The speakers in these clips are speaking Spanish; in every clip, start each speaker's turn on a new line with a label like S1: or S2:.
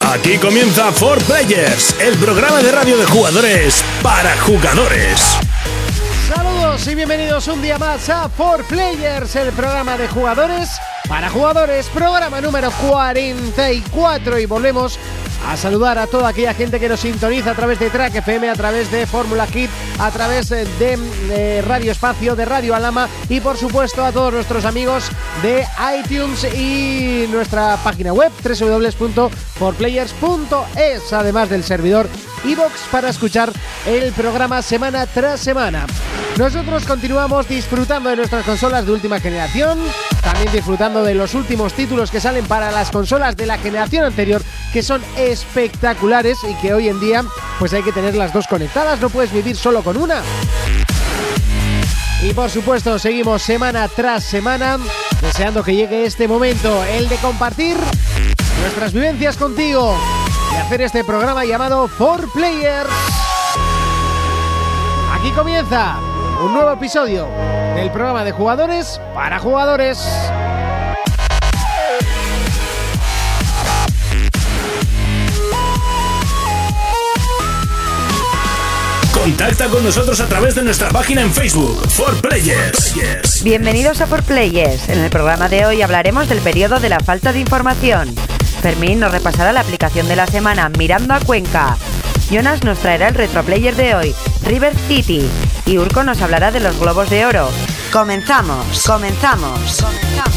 S1: Aquí comienza For Players, el programa de radio de jugadores para jugadores.
S2: Saludos y bienvenidos un día más a For Players, el programa de jugadores para jugadores, programa número 44 y volvemos a saludar a toda aquella gente que nos sintoniza a través de Track FM, a través de Fórmula Kit, a través de, de, eh, Radio Espacio, de Radio Alama y por supuesto a todos nuestros amigos de iTunes y nuestra página web www.forplayers.es, además del servidor iBox e para escuchar el programa semana tras semana. Nosotros continuamos disfrutando de nuestras consolas de última generación, también disfrutando de los últimos títulos que salen para las consolas de la generación anterior, que son espectaculares y que hoy en día pues hay que tener las dos conectadas, no puedes vivir solo con una. Y por supuesto, seguimos semana tras semana deseando que llegue este momento, el de compartir nuestras vivencias contigo y hacer este programa llamado For Players. Aquí comienza un nuevo episodio del programa de jugadores para jugadores.
S1: Contacta con nosotros a través de nuestra página en Facebook, For Players.
S3: Bienvenidos a For Players. En el programa de hoy hablaremos del periodo de la falta de información. Fermín nos repasará la aplicación de la semana Mirando a Cuenca. Jonas nos traerá el retroplayer de hoy, River City, y Urco nos hablará de los globos de oro. Comenzamos, comenzamos, comenzamos.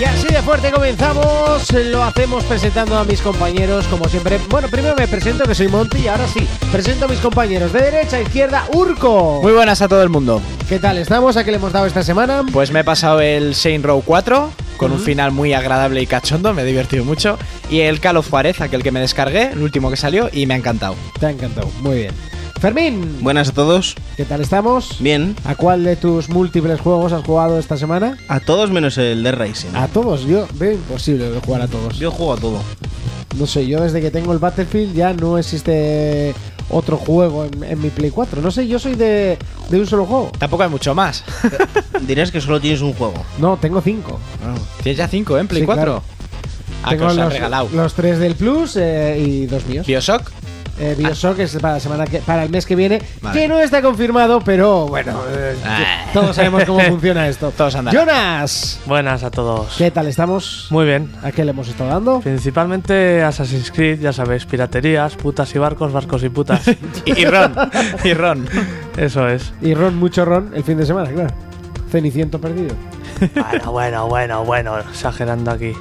S2: Y así de fuerte comenzamos, lo hacemos presentando a mis compañeros como siempre. Bueno, primero me presento que soy Monty y ahora sí, presento a mis compañeros de derecha a izquierda, Urco.
S4: Muy buenas a todo el mundo.
S2: ¿Qué tal estamos? ¿A qué le hemos dado esta semana?
S4: Pues me he pasado el Saint Row 4 con uh -huh. un final muy agradable y cachondo, me he divertido mucho. Y el Call of Juárez, aquel que me descargué, el último que salió, y me ha encantado.
S2: Te ha encantado, muy bien. Fermín.
S5: Buenas a todos.
S2: ¿Qué tal estamos?
S5: Bien.
S2: ¿A cuál de tus múltiples juegos has jugado esta semana?
S5: A todos menos el de Racing.
S4: Ah.
S2: A todos, yo veo imposible jugar a todos.
S5: Yo juego a todo.
S2: No sé, yo desde que tengo el Battlefield ya no existe otro juego en, en mi Play 4. No sé, yo soy de, de un solo juego.
S4: Tampoco hay mucho más.
S5: Dirás que solo tienes un juego.
S2: No, tengo cinco.
S4: Ah. Tienes ya cinco, ¿eh? En Play
S2: Sí,
S4: 4.
S2: claro.
S4: Ah, que
S2: tengo
S4: os han
S2: los,
S4: regalado.
S2: los tres del Plus eh, y dos míos.
S4: Bioshock.
S2: Eh, Bioshock es para, la semana que- para el mes que viene,
S4: Ah. Vale.
S2: que no está confirmado, pero bueno, eh,
S4: Ah.
S2: todos sabemos cómo funciona esto.
S4: Todos andan.
S2: Jonas,
S6: Buenas a todos.
S2: ¿qué tal estamos?
S6: Muy bien.
S2: ¿A qué le hemos estado dando?
S6: Principalmente Assassin's Creed, ya sabéis, piraterías, putas y barcos, barcos y putas.
S4: Y, y Ron. y Ron.
S6: Eso es.
S2: Y Ron, mucho Ron, el fin de semana, claro. Ceniciento perdido.
S6: Bueno, bueno, bueno, bueno, exagerando aquí.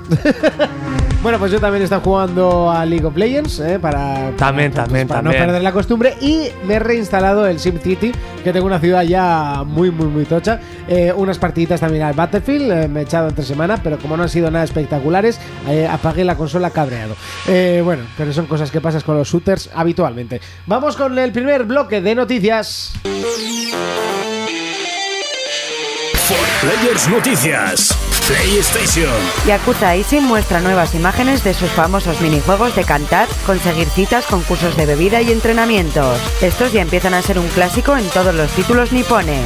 S2: Bueno, pues yo también he estado jugando a League of Legends eh, para,
S6: También,
S2: para-
S6: también,
S2: para no
S6: también.
S2: perder la costumbre y me he reinstalado el SimCity, que tengo una ciudad ya muy, muy, muy tocha. Eh, unas partiditas también al Battlefield, eh, me he echado entre semana, pero como no han sido nada espectaculares, eh, apagué la consola cabreado. Eh, bueno, pero son cosas que pasas con los shooters habitualmente. Vamos con el primer bloque de noticias.
S1: Players Noticias, PlayStation,
S3: Yakuza Isin muestra nuevas imágenes de sus famosos minijuegos de cantar, conseguir citas, concursos de bebida y entrenamientos. Estos ya empiezan a ser un clásico en todos los títulos nipones.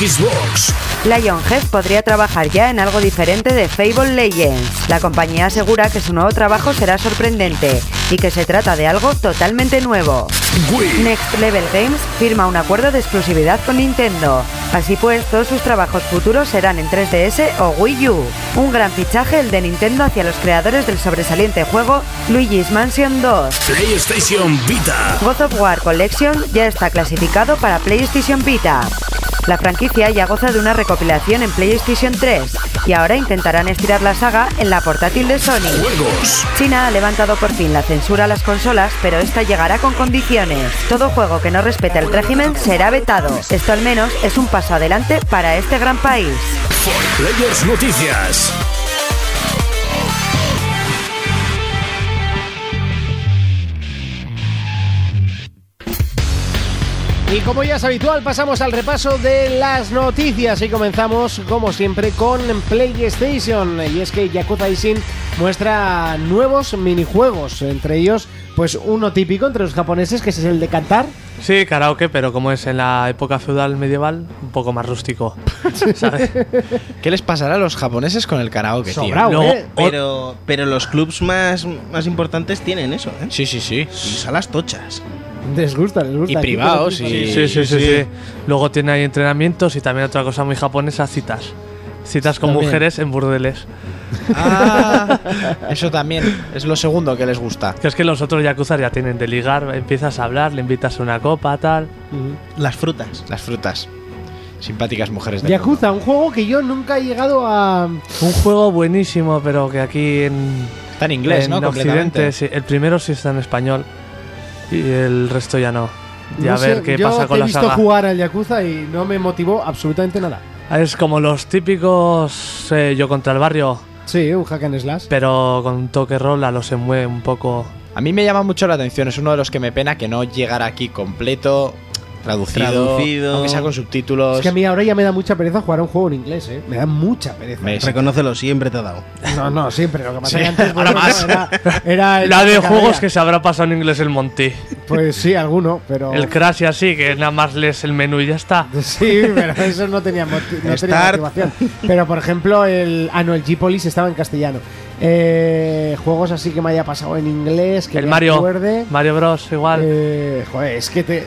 S1: Xbox,
S3: Lionhead podría trabajar ya en algo diferente de Fable Legends. La compañía asegura que su nuevo trabajo será sorprendente y que se trata de algo totalmente nuevo.
S1: Wii,
S3: Next Level Games firma un acuerdo de exclusividad con Nintendo. Así pues, todos sus trabajos futuros serán en 3DS o Wii U. Un gran fichaje el de Nintendo hacia los creadores del sobresaliente juego Luigi's Mansion 2.
S1: PlayStation Vita,
S3: God of War Collection ya está clasificado para PlayStation Vita. La franquicia ya goza de una recopilación en PlayStation 3 y ahora intentarán estirar la saga en la portátil de Sony.
S1: juegos,
S3: China ha levantado por fin la censura a las consolas, pero esta llegará con condiciones. Todo juego que no respete el régimen será vetado. Esto al menos es un paso adelante para este gran país.
S1: Players Noticias,
S2: Y como ya es habitual, pasamos al repaso de las noticias y comenzamos, como siempre, con PlayStation. Y es que Yakuza Isin muestra nuevos minijuegos, entre ellos, pues uno típico entre los japoneses, que es el de cantar.
S6: Sí, karaoke, pero como es en la época feudal medieval, un poco más rústico. ¿sabes?
S4: ¿Qué les pasará a los japoneses con el karaoke, tío?
S2: Sobrao,
S6: no,
S2: ¿eh?
S5: Pero, pero los clubs más, más importantes tienen eso, ¿eh?
S4: Sí, sí, sí.
S5: Y salas tochas.
S2: Les gusta, les gusta.
S4: Y
S2: Aquí
S4: privados,
S2: todo el mundo-
S4: y-
S6: Sí, sí, sí, sí, Luego tiene ahí entrenamientos y también otra cosa muy japonesa, citas. Citas con
S2: También.
S6: mujeres en burdeles.
S4: Ah, eso también es lo segundo que les gusta.
S6: Que es que los otros yakuza ya tienen de ligar, empiezas a hablar, le invitas a una copa, tal.
S5: Las frutas.
S4: Las frutas. Simpáticas mujeres de
S2: Yakuza, un juego que yo nunca he llegado a...
S6: Un juego buenísimo, pero que aquí en,
S4: Está en inglés,
S6: en
S4: ¿no?
S6: Occidente,
S4: Completamente.
S6: sí, el primero sí está en español y el resto ya no. Ya
S2: no
S6: a ver
S2: sé,
S6: qué
S2: yo
S6: pasa con
S2: te
S6: la
S2: he visto
S6: saga.
S2: jugar al Yakuza y no me motivó absolutamente nada.
S6: Ah, Es como los típicos eh, yo contra el barrio,
S2: Sí, un hack and slash.
S6: pero con un toque roll a lo se mueve un poco.
S4: A mí me llama mucho la atención. Es uno de los que me pena que no llegara aquí completo, traducido,
S5: Traducido.
S4: aunque sea con subtítulos.
S2: Es que a mí ahora ya me da mucha pereza jugar a un juego en inglés, ¿eh? Me da mucha pereza.
S4: Me- Sí.
S5: Reconócelo, siempre te ha dado.
S2: No, no, siempre. Lo que pasa
S4: Sí,
S2: es que antes
S4: ahora
S2: bueno,
S4: más.
S2: era, era Ah, el
S6: La de
S2: chacabrea.
S6: juegos que se habrá pasado en inglés el Monty.
S2: Pues sí, alguno, pero...
S6: El Crash y así, que nada más lees el menú y ya está.
S2: Sí, pero eso no tenía, moti- no tenía
S5: Start.
S2: motivación. Pero, por ejemplo, el... Ah, no, el G-Police estaba en castellano. Eh, juegos así que me haya pasado en inglés, que
S6: El
S2: me
S6: Mario,
S2: acuerde.
S6: Mario Bros. igual.
S2: Eh, joder, es que te...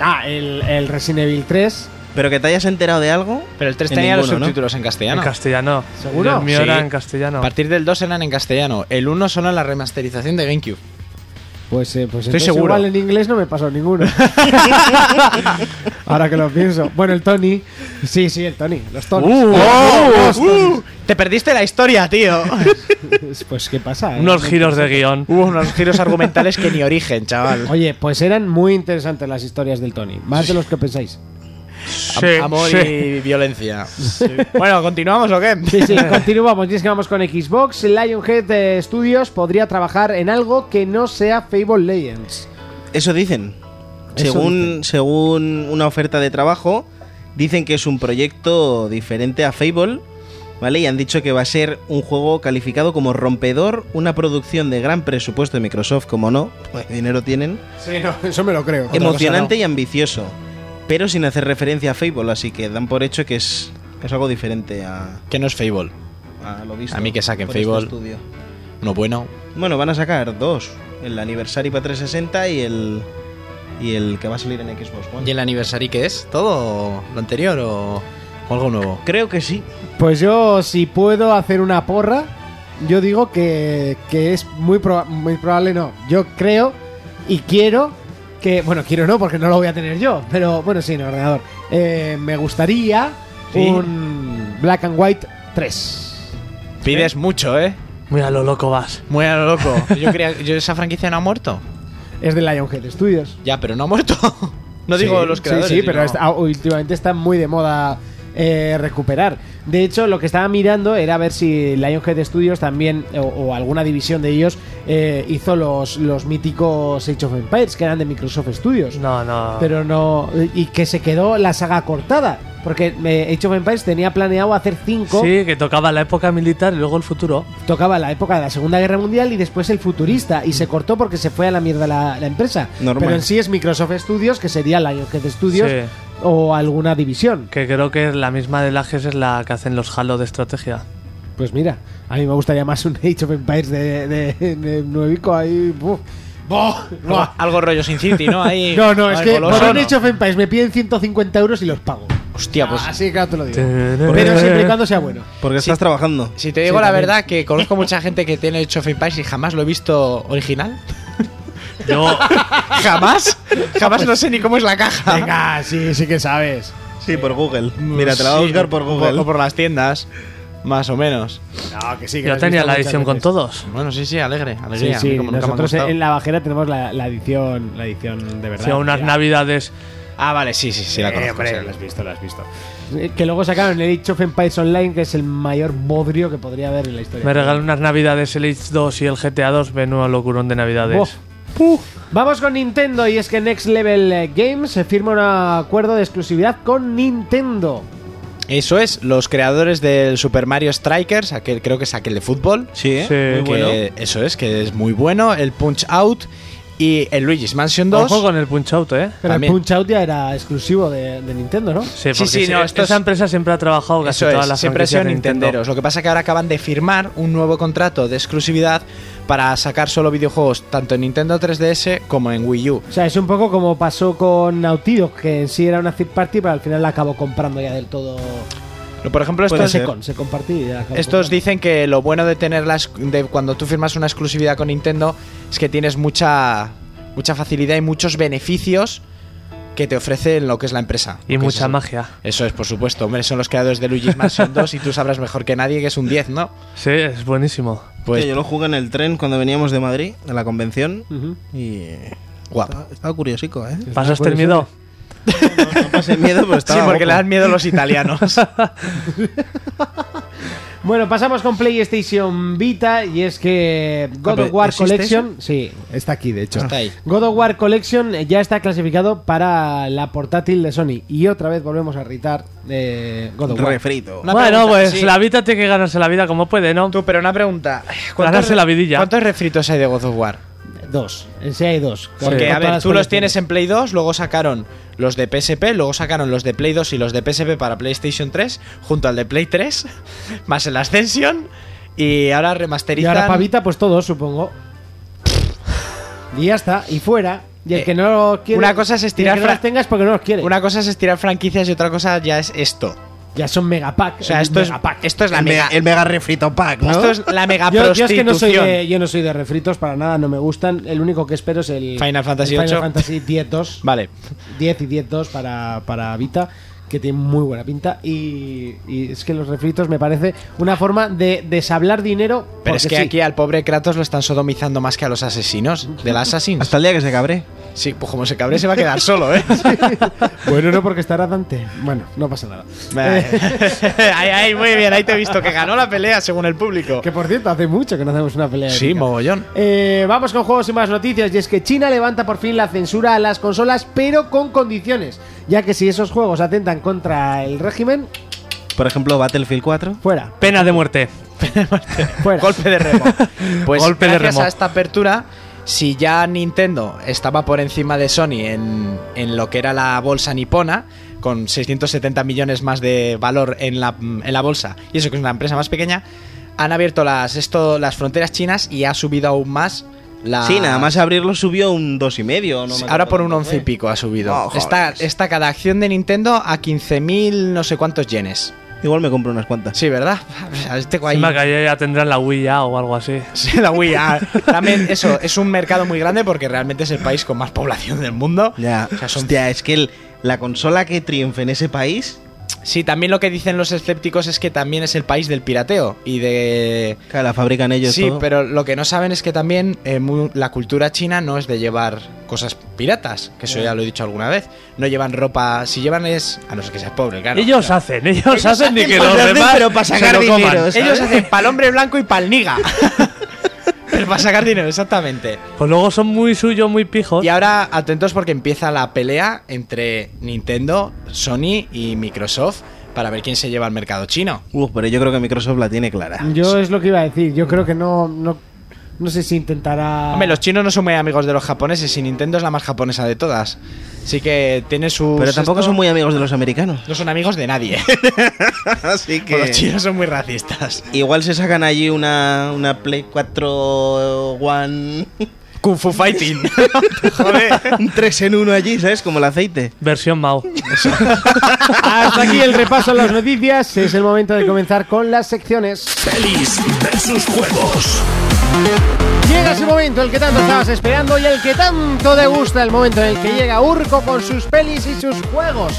S2: Ah, el, el Resident Evil 3.
S5: Pero que te hayas enterado de algo.
S4: Pero el 3
S5: en
S4: tenía los
S5: ninguno, ¿no?
S4: subtítulos en castellano.
S6: En castellano.
S2: ¿Seguro?
S6: El mío
S4: Sí.
S6: era en
S4: A
S6: castellano.
S4: partir del 2 eran en castellano. El 1 solo en la remasterización de GameCube.
S2: Pues, eh, pues
S4: Estoy
S2: entonces
S4: seguro.
S2: igual en inglés no me pasó ninguno. Ahora que lo pienso. Bueno, el Tony. Sí, sí, el Tony. Los Tony.
S4: ¡Oh! ¡Uh! Te perdiste la historia, tío.
S2: Pues qué pasa. eh?
S6: Unos giros de guión.
S4: Hubo unos giros argumentales que ni origen, chaval.
S2: Oye, pues eran muy interesantes las historias del Tony. Más de los que pensáis.
S6: Sí,
S4: Am- Amor
S6: sí.
S4: y violencia. Bueno, ¿continuamos o qué?
S2: Sí, sí, continuamos. Y es que vamos con Xbox. Lionhead eh, Studios podría trabajar en algo que no sea Fable Legends.
S5: Eso dicen.
S2: Eso
S5: según,
S2: dicen.
S5: según una oferta de trabajo, dicen que es un proyecto diferente a Fable, ¿vale? Y han dicho que va a ser un juego calificado como rompedor, una producción de gran presupuesto de Microsoft, como no, pues dinero tienen,
S2: Sí, no, eso me lo creo.
S5: emocionante y ambicioso, pero sin hacer referencia a Fable, así que dan por hecho que es, que es algo diferente a,
S4: Que no es Fable.
S5: a lo visto.
S4: A mí que saquen
S5: por este
S4: Fable.
S5: estudio.
S4: No bueno.
S5: Bueno, van a sacar dos, el aniversario para 360 y el y el que va a salir en Xbox One.
S4: ¿Y el aniversario qué es? ¿Todo lo anterior o, o algo nuevo?
S5: Creo que sí.
S2: Pues yo, si puedo hacer una porra, yo digo que, que es muy, proba- muy probable, no. Yo creo y quiero que. Bueno, quiero no, porque no lo voy a tener yo, pero bueno, sí, en el ordenador. Eh, me gustaría
S4: Sí.
S2: un Black and White 3.
S4: Pides mucho, ¿eh?
S6: Mira lo loco vas.
S4: Muy a lo loco. Yo creía yo esa franquicia no ha muerto.
S2: Es de Lionhead Studios.
S4: Ya, pero no ha muerto. No digo
S2: Sí,
S4: los creadores.
S2: Sí, sí, pero
S4: digo-
S2: está- ah, últimamente está muy de moda eh, recuperar. De hecho, lo que estaba mirando era ver si Lionhead Studios también, o, o alguna división de ellos, eh, hizo los, los míticos Age of Empires, que eran de Microsoft Studios.
S6: No, no.
S2: Pero no. Y que se quedó la saga cortada. Porque eh, Age of Empires tenía planeado hacer cinco.
S6: Sí, que tocaba la época militar y luego el futuro.
S2: Tocaba la época de la Segunda Guerra Mundial y después el futurista. Y se cortó porque se fue a la mierda la, la empresa.
S5: Normal.
S2: Pero en sí es Microsoft Studios, que sería Lionhead Studios
S6: Sí.
S2: o alguna división.
S6: Que creo que la misma de la GES es la que hacen los Halo de estrategia.
S2: Pues mira, a mí me gustaría más un Age of Empires de, de, de nuevico ahí. buf. Buah,
S4: Algo,
S2: buah.
S4: algo rollo Sin City, ¿no? Ahí,
S2: No, no, es
S4: ahí
S2: que
S4: goloso,
S2: por un
S4: ¿no?
S2: Age of Empires me piden 150 euros y los pago.
S4: Hostia, pues.
S5: Ah,
S2: Así que claro te lo digo. Pero
S6: Pero
S2: siempre y cuando sea bueno.
S5: Porque
S4: Sí.
S5: estás trabajando.
S4: Si te digo
S2: Sí,
S4: la
S2: también.
S4: verdad, que conozco mucha gente que tiene Age of Empires y jamás lo he visto original.
S6: Yo,
S4: ¿Jamás? Jamás no sé ni cómo es la caja.
S2: Venga, sí, sí que sabes.
S5: Sí, por Google. Mira, te la va a
S4: Sí,
S5: buscar por
S4: o
S5: Google.
S4: O por las tiendas, más o menos.
S2: No, que sí, que lo
S6: yo
S2: has
S6: tenía
S2: visto
S6: la
S2: muchas
S6: edición con
S2: veces.
S6: todos.
S4: Bueno, sí, sí, alegre,
S2: Sí,
S4: alegría. a mí
S2: sí,
S4: como nunca me ha
S2: nosotros en
S4: gustado.
S2: la bajera tenemos la, la edición la edición de verdad.
S6: Hacía unas
S2: Ya.
S6: navidades.
S4: Ah, vale, sí, sí, sí, la
S2: Eh,
S4: conozco.
S2: hombre,
S4: sí.
S2: lo has visto, lo has visto. Eh, Que luego sacaron el Age of Empires Online, que es el mayor bodrio que podría haber en la historia.
S6: Me regaló unas navidades el H2 y el GTA 2. Menudo locurón de navidades.
S2: Buah. Puf. Vamos con Nintendo y es que Next Level eh, Games se firma un acuerdo de exclusividad con Nintendo.
S4: Eso es, los creadores del Super Mario Strikers, aquel creo que es aquel de fútbol.
S5: Sí, ¿eh?
S6: Sí.
S5: muy
S4: que
S5: bueno.
S4: Eso es, que es muy bueno. El Punch Out y el Luigi's Mansion 2.
S6: Ojo con el punch out, eh.
S2: Pero
S4: También.
S2: el Punch Out ya era exclusivo de, de Nintendo, ¿no?
S6: Sí,
S4: Sí,
S6: porque
S4: sí,
S6: sí,
S4: no, esto
S6: esa
S4: es-
S6: empresa siempre ha trabajado casi
S4: Eso
S6: todas
S4: es,
S6: las
S4: siempre ha sido
S6: franquicias de Nintendo.
S4: Nintenderos. Lo que pasa que ahora acaban de firmar un nuevo contrato de exclusividad para sacar solo videojuegos tanto en Nintendo 3DS como en Wii U.
S2: O sea, es un poco como pasó con Naughty Dog, que en sí era una third party, pero al final la acabó comprando ya del todo.
S4: Pero, Por ejemplo,
S5: Puede
S4: estos,
S5: ser.
S2: Con, se compartió y ya la acabó
S4: estos
S2: comprando.
S4: dicen que lo bueno de tener las, de cuando tú firmas una exclusividad con Nintendo es que tienes mucha mucha facilidad y muchos beneficios que te ofrece lo que es la empresa.
S6: Y
S4: Lo que
S6: mucha
S4: es-
S6: magia.
S4: Eso es, por supuesto. Hombre, son los creadores de Luigi's Mansion 2 y tú sabrás mejor que nadie que es un 10, ¿no?
S6: Sí, es buenísimo.
S4: Pues Mm.
S5: Tío, yo lo jugué en el tren cuando veníamos de Madrid, a la convención,
S2: Ujú.
S5: y eh,
S4: guapo.
S5: estaba, estaba curiosico, ¿eh?
S6: ¿Pasaste el miedo?
S5: No pasé miedo, pero
S4: Sí,
S5: estaba
S4: porque
S5: guapo.
S4: le dan miedo los italianos.
S2: Bueno, pasamos con PlayStation Vita y es que God
S4: pero
S2: of War
S4: ¿existe
S2: Collection, sí, está aquí de hecho.
S4: Está ahí.
S2: God of War Collection ya está clasificado para la portátil de Sony y otra vez volvemos a irritar eh, God of War.
S5: Refrito.
S4: Una
S6: bueno,
S4: pregunta,
S6: pues
S4: sí.
S6: la vida tiene que ganarse la vida como puede, ¿no?
S4: Tú, pero una pregunta.
S6: Ganarse la vidilla.
S4: ¿Cuántos refritos hay de God of War?
S2: Dos, en sí hay dos. Con
S4: Porque, a
S2: todas
S4: ver,
S2: las
S4: tú los
S2: colecciones.
S4: tienes en Play 2, luego sacaron los de PSP, luego sacaron los de Play 2 y los de PSP para PlayStation 3, junto al de Play 3, más el Ascension, y ahora
S2: Y
S4: remasterizan.
S2: ahora Pavita, pues todos, supongo. y ya está, y fuera. Y el
S4: Eh,
S2: que no lo quiere.
S4: una cosa es
S2: y el
S4: estirar
S2: que no
S4: fra-
S2: las tengas porque no los quiere.
S4: Una cosa es estirar franquicias y otra cosa ya es esto.
S2: Ya son eh, megapack.
S4: O sea, esto es, esto es la
S5: el, mega,
S4: mega.
S5: el mega refrito pack, ¿no?
S4: Esto es la mega
S2: Yo, yo
S4: prostitución.
S2: es que no soy, de, yo no soy de refritos para nada, no me gustan. El único que espero es el
S4: Final Fantasy
S2: el Final
S4: VIII.
S2: Fantasy 10 2,
S4: Vale.
S2: 10 y 10 2 para, para Vita, que tiene muy buena pinta. Y, y es que los refritos me parece una forma de deshablar dinero.
S4: Pero
S2: porque
S4: es que
S2: sí.
S4: aquí al pobre Kratos lo están sodomizando más que a los asesinos del Assassin's.
S5: Hasta el día que se cabré.
S4: Sí, pues como se cabre se va a quedar solo, ¿eh?
S2: Bueno, no, porque estará Dante. Bueno, no pasa nada.
S4: ahí, ahí, muy bien, ahí te he visto que ganó la pelea según el público.
S2: Que por cierto, hace mucho que no hacemos una pelea.
S4: Sí,
S2: épica.
S4: mogollón.
S2: Eh, vamos con juegos y más noticias. Y es que China levanta por fin la censura a las consolas, pero con condiciones. Ya que si esos juegos atentan contra el régimen,
S5: Por ejemplo, Battlefield 4.
S2: fuera,
S6: Pena de muerte.
S2: fuera.
S4: Golpe de remo. Pues
S6: Golpe de
S4: gracias
S6: remo.
S4: a esta apertura, si ya Nintendo estaba por encima de Sony en, en lo que era la bolsa nipona, con 670 millones más de valor en la, en la bolsa, y eso que es una empresa más pequeña, han abierto las, esto, las fronteras chinas y ha subido aún más la...
S5: Sí, nada más abrirlo subió un 2,5. No me
S4: Ah. Sí,
S5: acuerdo
S4: Ahora por un
S5: cuánto
S4: 11 y
S5: fue.
S4: pico ha subido.
S5: No, joder.
S4: está, está cada acción de Nintendo a 15.000 no sé cuántos yenes.
S5: Igual me compro unas cuantas.
S4: Sí, ¿verdad? Tengo ahí-
S6: Encima que allá ya tendrán la Wii ya o algo así.
S4: Sí, la Wii. ah. También eso, es un mercado muy grande porque realmente es el país con más población del mundo.
S5: Ya.
S4: O sea, son-
S5: Hostia, es que el- la consola que triunfe en ese país.
S4: Sí, también lo que dicen los escépticos es que también es el país del pirateo y de...
S5: Claro, la fabrican ellos
S4: Sí,
S5: todo.
S4: pero lo que no saben es que también eh, mu- la cultura china no es de llevar cosas piratas, que eso ya lo he dicho alguna vez. No llevan ropa, si llevan es... A no ser que seas pobre, claro.
S6: ellos hacen, ellos, hacen ni que
S5: por
S6: los
S5: orden,
S6: demás
S5: pues pero para
S6: se
S5: sacar
S6: lo coman.
S5: dinero.
S4: Ellos
S5: ¿sabes?
S4: hacen pa'l hombre blanco y pa'l niga. Pero para sacar dinero, exactamente.
S6: Pues luego son muy suyos, muy pijos.
S4: Y ahora atentos porque empieza la pelea entre Nintendo, Sony y Microsoft para ver quién se lleva al mercado chino.
S5: Uf, pero yo creo que Microsoft la tiene clara.
S4: Mm.
S2: Yo es lo que iba a decir. Yo creo que no, no, no sé si intentará.
S4: Hombre, los chinos no son muy amigos de los japoneses y Nintendo es la más japonesa de todas. Así que tiene sus...
S5: Pero tampoco
S4: Pues esto-
S5: son muy amigos de los americanos.
S4: No son amigos de nadie.
S5: Así
S4: Los chinos son muy racistas.
S5: Igual se sacan allí una, una Play 4 One.
S4: Kung Fu Fighting.
S5: un 3 en 1 allí, ¿sabes? Como el aceite.
S6: Versión Mao.
S2: Hasta aquí el repaso a las noticias. Es el momento de comenzar con las secciones.
S1: Pelis versus juegos.
S2: Llega ese momento, el que tanto estabas esperando y el que tanto te gusta, el momento en el que llega Urco con sus pelis y sus juegos.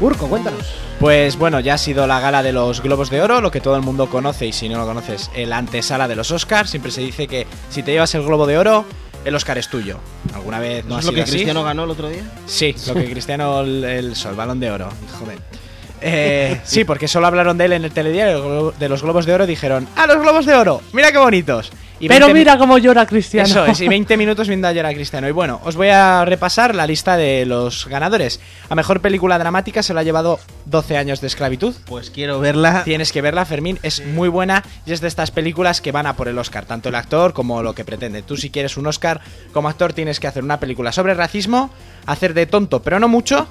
S2: Urco, cuéntanos.
S4: Pues bueno, ya ha sido la gala de los Globos de Oro, lo que todo el mundo conoce y si no lo conoces, el antesala de los Oscars. Siempre se dice que si te llevas el Globo de Oro, el Oscar es tuyo. ¿Alguna vez no ha
S5: ¿Es lo
S4: sido
S5: que
S4: así?
S5: Cristiano ganó el otro día?
S4: Sí, lo que Cristiano el, el sol, balón de oro. Joder. Eh, sí, "Ah, porque solo hablaron de él en el telediario de los Globos de Oro. Dijeron, ¡A los Globos de Oro! ¡Mira qué bonitos! Y
S6: Pero
S4: 20 mi-
S6: mira cómo llora Cristiano.
S4: Eso es, y 20 minutos viendo a llorar a Cristiano. Y bueno, os voy a repasar la lista de los ganadores. A mejor película dramática se lo ha llevado 12 años de esclavitud.
S5: Pues quiero verla.
S4: Tienes que verla, Fermín, es muy buena y es de estas películas que van a por el Oscar, tanto el actor como lo que pretende. Tú si quieres un Oscar como actor tienes que hacer una película sobre racismo, hacer de tonto pero no mucho,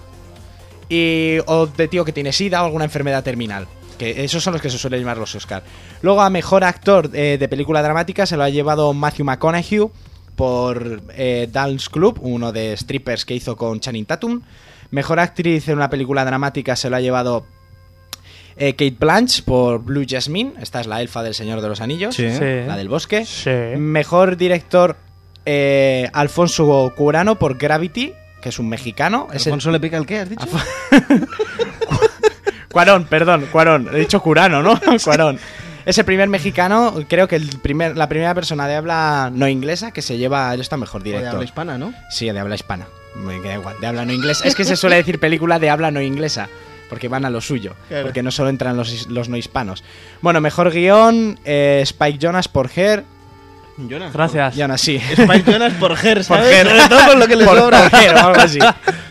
S4: y, o de tío que tiene sida o alguna enfermedad terminal. Que esos son los que se suelen llamar los Oscar. Luego a mejor actor eh, de película dramática se lo ha llevado Matthew McConaughey por eh, Dance Club, uno de strippers que hizo con Channing Tatum. Mejor actriz en una película dramática se lo ha llevado eh, Kate Blanch por Blue Jasmine. Esta es la elfa del Señor de los Anillos.
S5: Sí.
S6: Sí.
S4: ¿eh? La del Mm. bosque.
S6: Sí.
S4: Mejor director eh, Alfonso Curano por Gravity, que es un mexicano. Es el-
S5: ¿Alfonso le pica el qué? ¿Has dicho?
S4: Cuarón, perdón, Cuarón. He dicho Curano, ¿no? Cuarón. Es el primer mexicano, creo que el primer, la primera persona de habla no inglesa que se lleva esta mejor
S5: O de
S4: director.
S5: habla hispana, ¿no?
S4: Sí, de habla hispana. Me da igual, de habla no inglesa. Es que se suele decir película de habla no inglesa, porque van a lo suyo,
S5: Claro.
S4: porque no solo entran los, his- los no hispanos. Bueno, mejor guión, eh, Spike Jonas por Her.
S5: Jonas.
S6: Gracias.
S4: Jonas, sí.
S5: Spike Jonas por Her,
S4: Por
S5: ¿sabes?
S4: Her.
S5: Sobre todo con lo que le
S4: Por-
S5: sobra.
S4: por Her o algo así.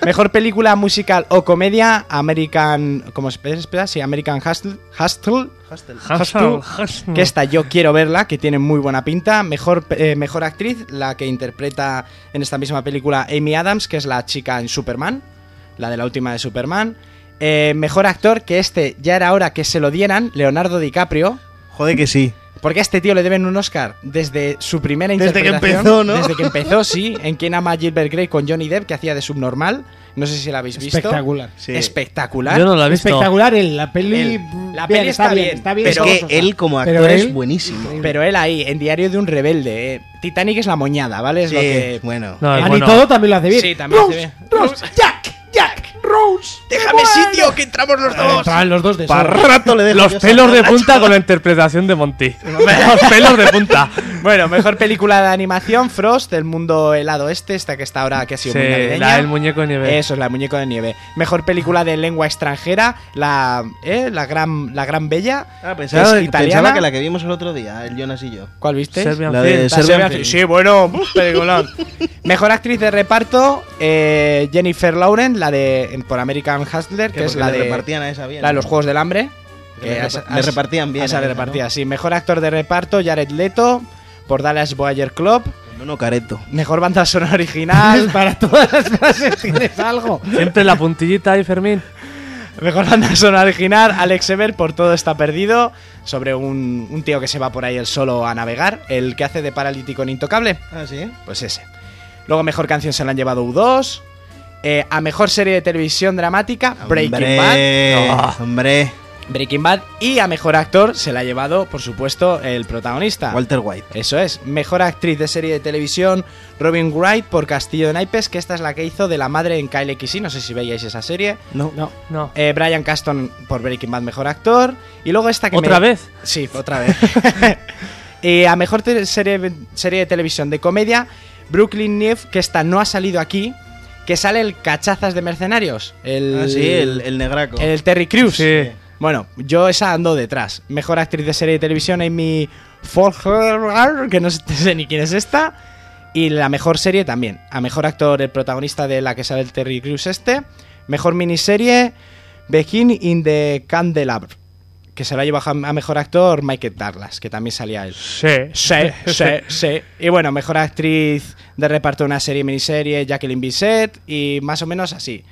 S4: Mejor película musical o comedia, American. ¿Cómo se espera? Sí, American Hustle. Hustle
S5: Hostel.
S6: Hansel, Hansel.
S4: que esta yo quiero verla, que tiene muy buena pinta. Mejor, eh, mejor actriz, la que interpreta en esta misma película Amy Adams, que es la chica en Superman, la de la última de Superman. Eh, mejor actor, que este ya era hora que se lo dieran, Leonardo DiCaprio.
S5: Joder que sí.
S4: Porque a este tío le deben un Oscar desde su primera
S5: Desde que
S4: interpretación.
S5: empezó, ¿no?
S4: Desde que empezó, sí. En Quien ama a Gilbert Grey con Johnny Depp, que hacía de subnormal. No sé si la habéis visto.
S2: Espectacular.
S5: Sí.
S4: Espectacular.
S6: Yo no la he visto.
S2: Espectacular en la peli.
S4: El- la peli está bien,
S5: Es
S4: pero-
S5: que él como
S2: pero
S5: actor
S2: él-
S5: es buenísimo.
S4: Pero él ahí, en Diario de un Rebelde. eh. Titanic es la moñada, ¿vale? Es
S5: Sí,
S4: lo que
S5: bueno.
S6: No,
S2: Ani
S6: bueno,
S2: todo también lo hace bien.
S4: Sí, también hace
S2: Rose,
S4: bien.
S2: Rose, Jack, Jack, Rose.
S4: ¡Déjame sitio que entramos los dos!
S2: Entraban los dos de
S5: Para
S2: sobra.
S5: rato le dejo
S6: Los
S5: yo
S6: pelos de
S5: sacar la
S6: punta con la interpretación de Monty. Los pelos de punta.
S4: Bueno, mejor película de animación, Frost, del mundo helado este, esta que está ahora que ha sido
S6: Sí,
S4: muy navideña.
S6: la del muñeco de nieve.
S4: Eso es la del muñeco de nieve. Mejor película de lengua extranjera, la ¿eh? la gran la gran bella.
S5: Ah, pensaba,
S4: es italiana.
S5: pensaba que la que vimos el otro día, el Jonas y yo.
S4: ¿Cuál viste?
S6: Serbian
S5: La de
S6: Film.
S5: Ser- Serbian Film.
S4: Sí, bueno, uf, peliculón. Mejor actriz de reparto, eh, Jennifer Lawrence, la de en- por American Hustler, que es
S5: Porque
S4: la
S5: le
S4: de
S5: repartían a esa bien.
S4: la de los juegos del hambre.
S5: Que le repa- le repartían bien
S4: a esa
S5: a
S4: le
S5: esa, ¿no?
S4: repartía, sí. Mejor actor de reparto, Jared Leto, por Dallas Boyer Club.
S5: No, no, careto.
S4: Mejor banda sonora original.
S2: Para todas las frases tienes algo.
S6: Siempre la puntillita ahí, Fermín.
S4: Mejor banda sonora original. Alex Ever por Todo está perdido. Sobre un, un tío que se va por ahí el solo a navegar. El que hace de paralítico en Intocable.
S5: Ah, sí.
S4: Pues ese. Luego mejor canción se la han llevado U2. Eh, a mejor serie de televisión dramática, Breaking
S5: hombre,
S4: Bad.
S5: Hombre,
S4: Breaking Bad. Y a mejor actor se la ha llevado, por supuesto, el protagonista.
S5: Walter White.
S4: Eso es, mejor actriz de serie de televisión, Robin Wright por Castillo de Naipes, que esta es la que hizo de la madre en Kyle XY, no sé si veíais esa serie.
S5: No.
S2: No.
S6: No.
S4: Eh, Brian Caston por Breaking Bad, mejor actor. Y luego esta que
S6: ¿Otra
S4: me-
S6: vez?
S4: Sí, otra vez. Eh, a mejor te- serie, serie de televisión de comedia, Brooklyn Neve, que esta no ha salido aquí, que sale el Cachazas de Mercenarios. El,
S5: Ah, sí, el, el negraco.
S4: Mm. el Terry Crews.
S6: Sí.
S4: Bueno, yo esa ando detrás. Mejor actriz de serie de televisión, Amy Folger, que no sé ni quién es esta. Y la mejor serie también. A mejor actor, el protagonista de la que sale el Terry Crews este. Mejor miniserie, Begin in the Candelabra. Que se la lleva a a mejor actor Michael Douglas, que también salía él.
S6: Sí.
S4: Sí, sí, sí. Y bueno, mejor actriz de reparto de una serie miniserie, Jacqueline Bisset, y más o menos así.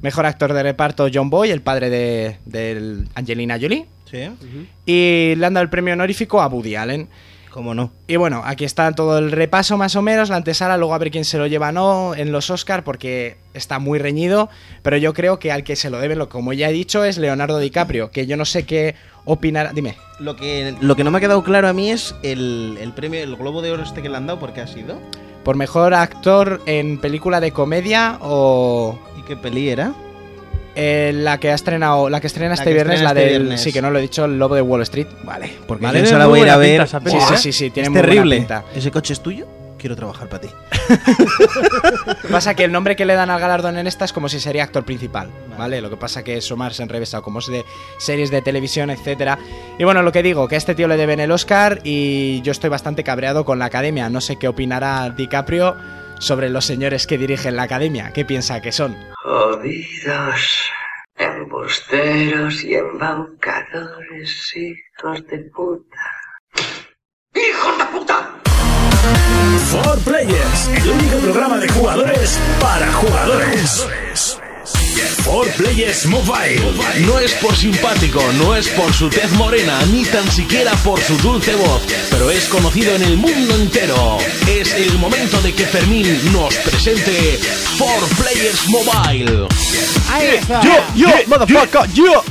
S4: Mejor actor de reparto, John Boy, el padre de, del Angelina Jolie.
S5: Sí.
S4: Y le han dado el premio honorífico a Woody Allen.
S5: ¿Cómo no?
S4: Y bueno, aquí está todo el repaso más o menos, la antesala, luego a ver quién se lo lleva no en los Oscar porque está muy reñido, pero yo creo que al que se lo deben, lo- como ya he dicho, es Leonardo DiCaprio, que yo no sé qué opinar, dime.
S5: Lo que, lo que no me ha quedado claro a mí es el, el premio, el globo de oro este que le han dado, porque ha sido.
S4: Por mejor actor en película de comedia o
S5: ¿Y qué peli era?
S4: eh, la que ha estrenado, la que estrena
S5: La
S4: este
S5: que
S4: viernes,
S5: estrena
S4: la
S5: este
S4: del
S5: viernes.
S4: sí que no lo he dicho, el Lobo de Wall Street.
S5: Vale, porque
S4: Vale,
S5: yo
S6: tiene
S5: se la
S6: muy
S5: voy a ir a
S6: buena pinta
S5: ver.
S6: esa peli,
S4: Sí, sí,
S6: Buah,
S4: sí, sí, tiene
S5: es
S4: muy buena
S5: terrible.
S4: pinta.
S5: ¿Ese coche es tuyo? quiero trabajar para ti.
S4: Pasa que el nombre que le dan al galardón en esta es como si sería actor principal, ¿vale? Lo que pasa que es Omar se ha enrevesado, como es de series de televisión, etcétera. Y bueno, lo que digo, que a este tío le deben el Oscar y yo estoy bastante cabreado con la academia. No sé qué opinará DiCaprio sobre los señores que dirigen la academia. ¿Qué piensa que son?
S7: Jodidos, embusteros y embaucadores, hijos de puta. ¡Hijos de puta!
S1: For Players, el único programa de jugadores para jugadores. For Players Mobile.
S8: No es por simpático, no es por su tez morena, ni tan siquiera por su dulce voz, pero es conocido en el mundo entero. Es el momento de que Fermín nos presente For Players Mobile.
S2: Ahí está.
S5: yo, motherfucker, yo.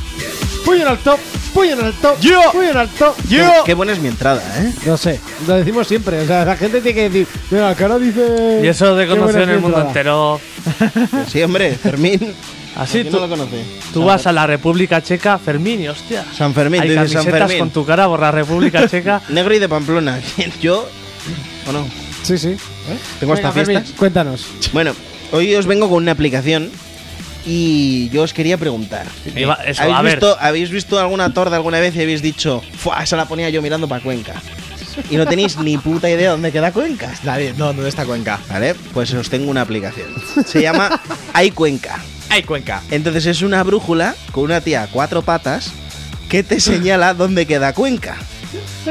S2: Puyo en el top, puyo en el top,
S5: Yo.
S2: puyo en el top.
S5: Qué- Qué buena es mi entrada, ¿eh?
S2: No sé, lo decimos siempre. O sea, la gente tiene que decir, mira, ahora dice.
S6: Y eso de
S2: qué buena
S6: conocer en el
S2: fiesta
S6: mundo
S2: da".
S6: entero.
S5: Pues sí, hombre, Fermín.
S6: Así
S5: ¿Quién no
S6: tú,
S5: lo conoce?
S6: tú vas a la República Checa, Fermín, y hostia.
S5: San Fermín,
S6: Hay
S5: tú dices
S6: camisetas
S5: San Fermín.
S6: con tu cara por la República Checa.
S5: Negro y de Pamplona. ¿Quién? ¿Yo? ¿Eh? ¿O no?
S2: Sí, sí.
S5: ¿Tengo hasta
S2: Venga, Fermín,
S5: fiestas?
S2: Cuéntanos.
S5: Bueno, hoy os vengo con una aplicación y yo os quería preguntar.
S6: Lleva- eso,
S5: ¿habéis,
S6: a ver.
S5: visto, ¿Habéis visto alguna torda alguna vez y habéis dicho, ¡fua! Esa la ponía yo mirando para Cuenca. Y no tenéis ni puta idea de dónde queda Cuenca.
S4: Nadie, no, ¿dónde está Cuenca?
S5: Vale, pues os tengo una aplicación. Se llama Hay Cuenca.
S4: ¡Ay, Cuenca!
S5: Entonces es una brújula con una tía a cuatro patas que te señala dónde queda Cuenca.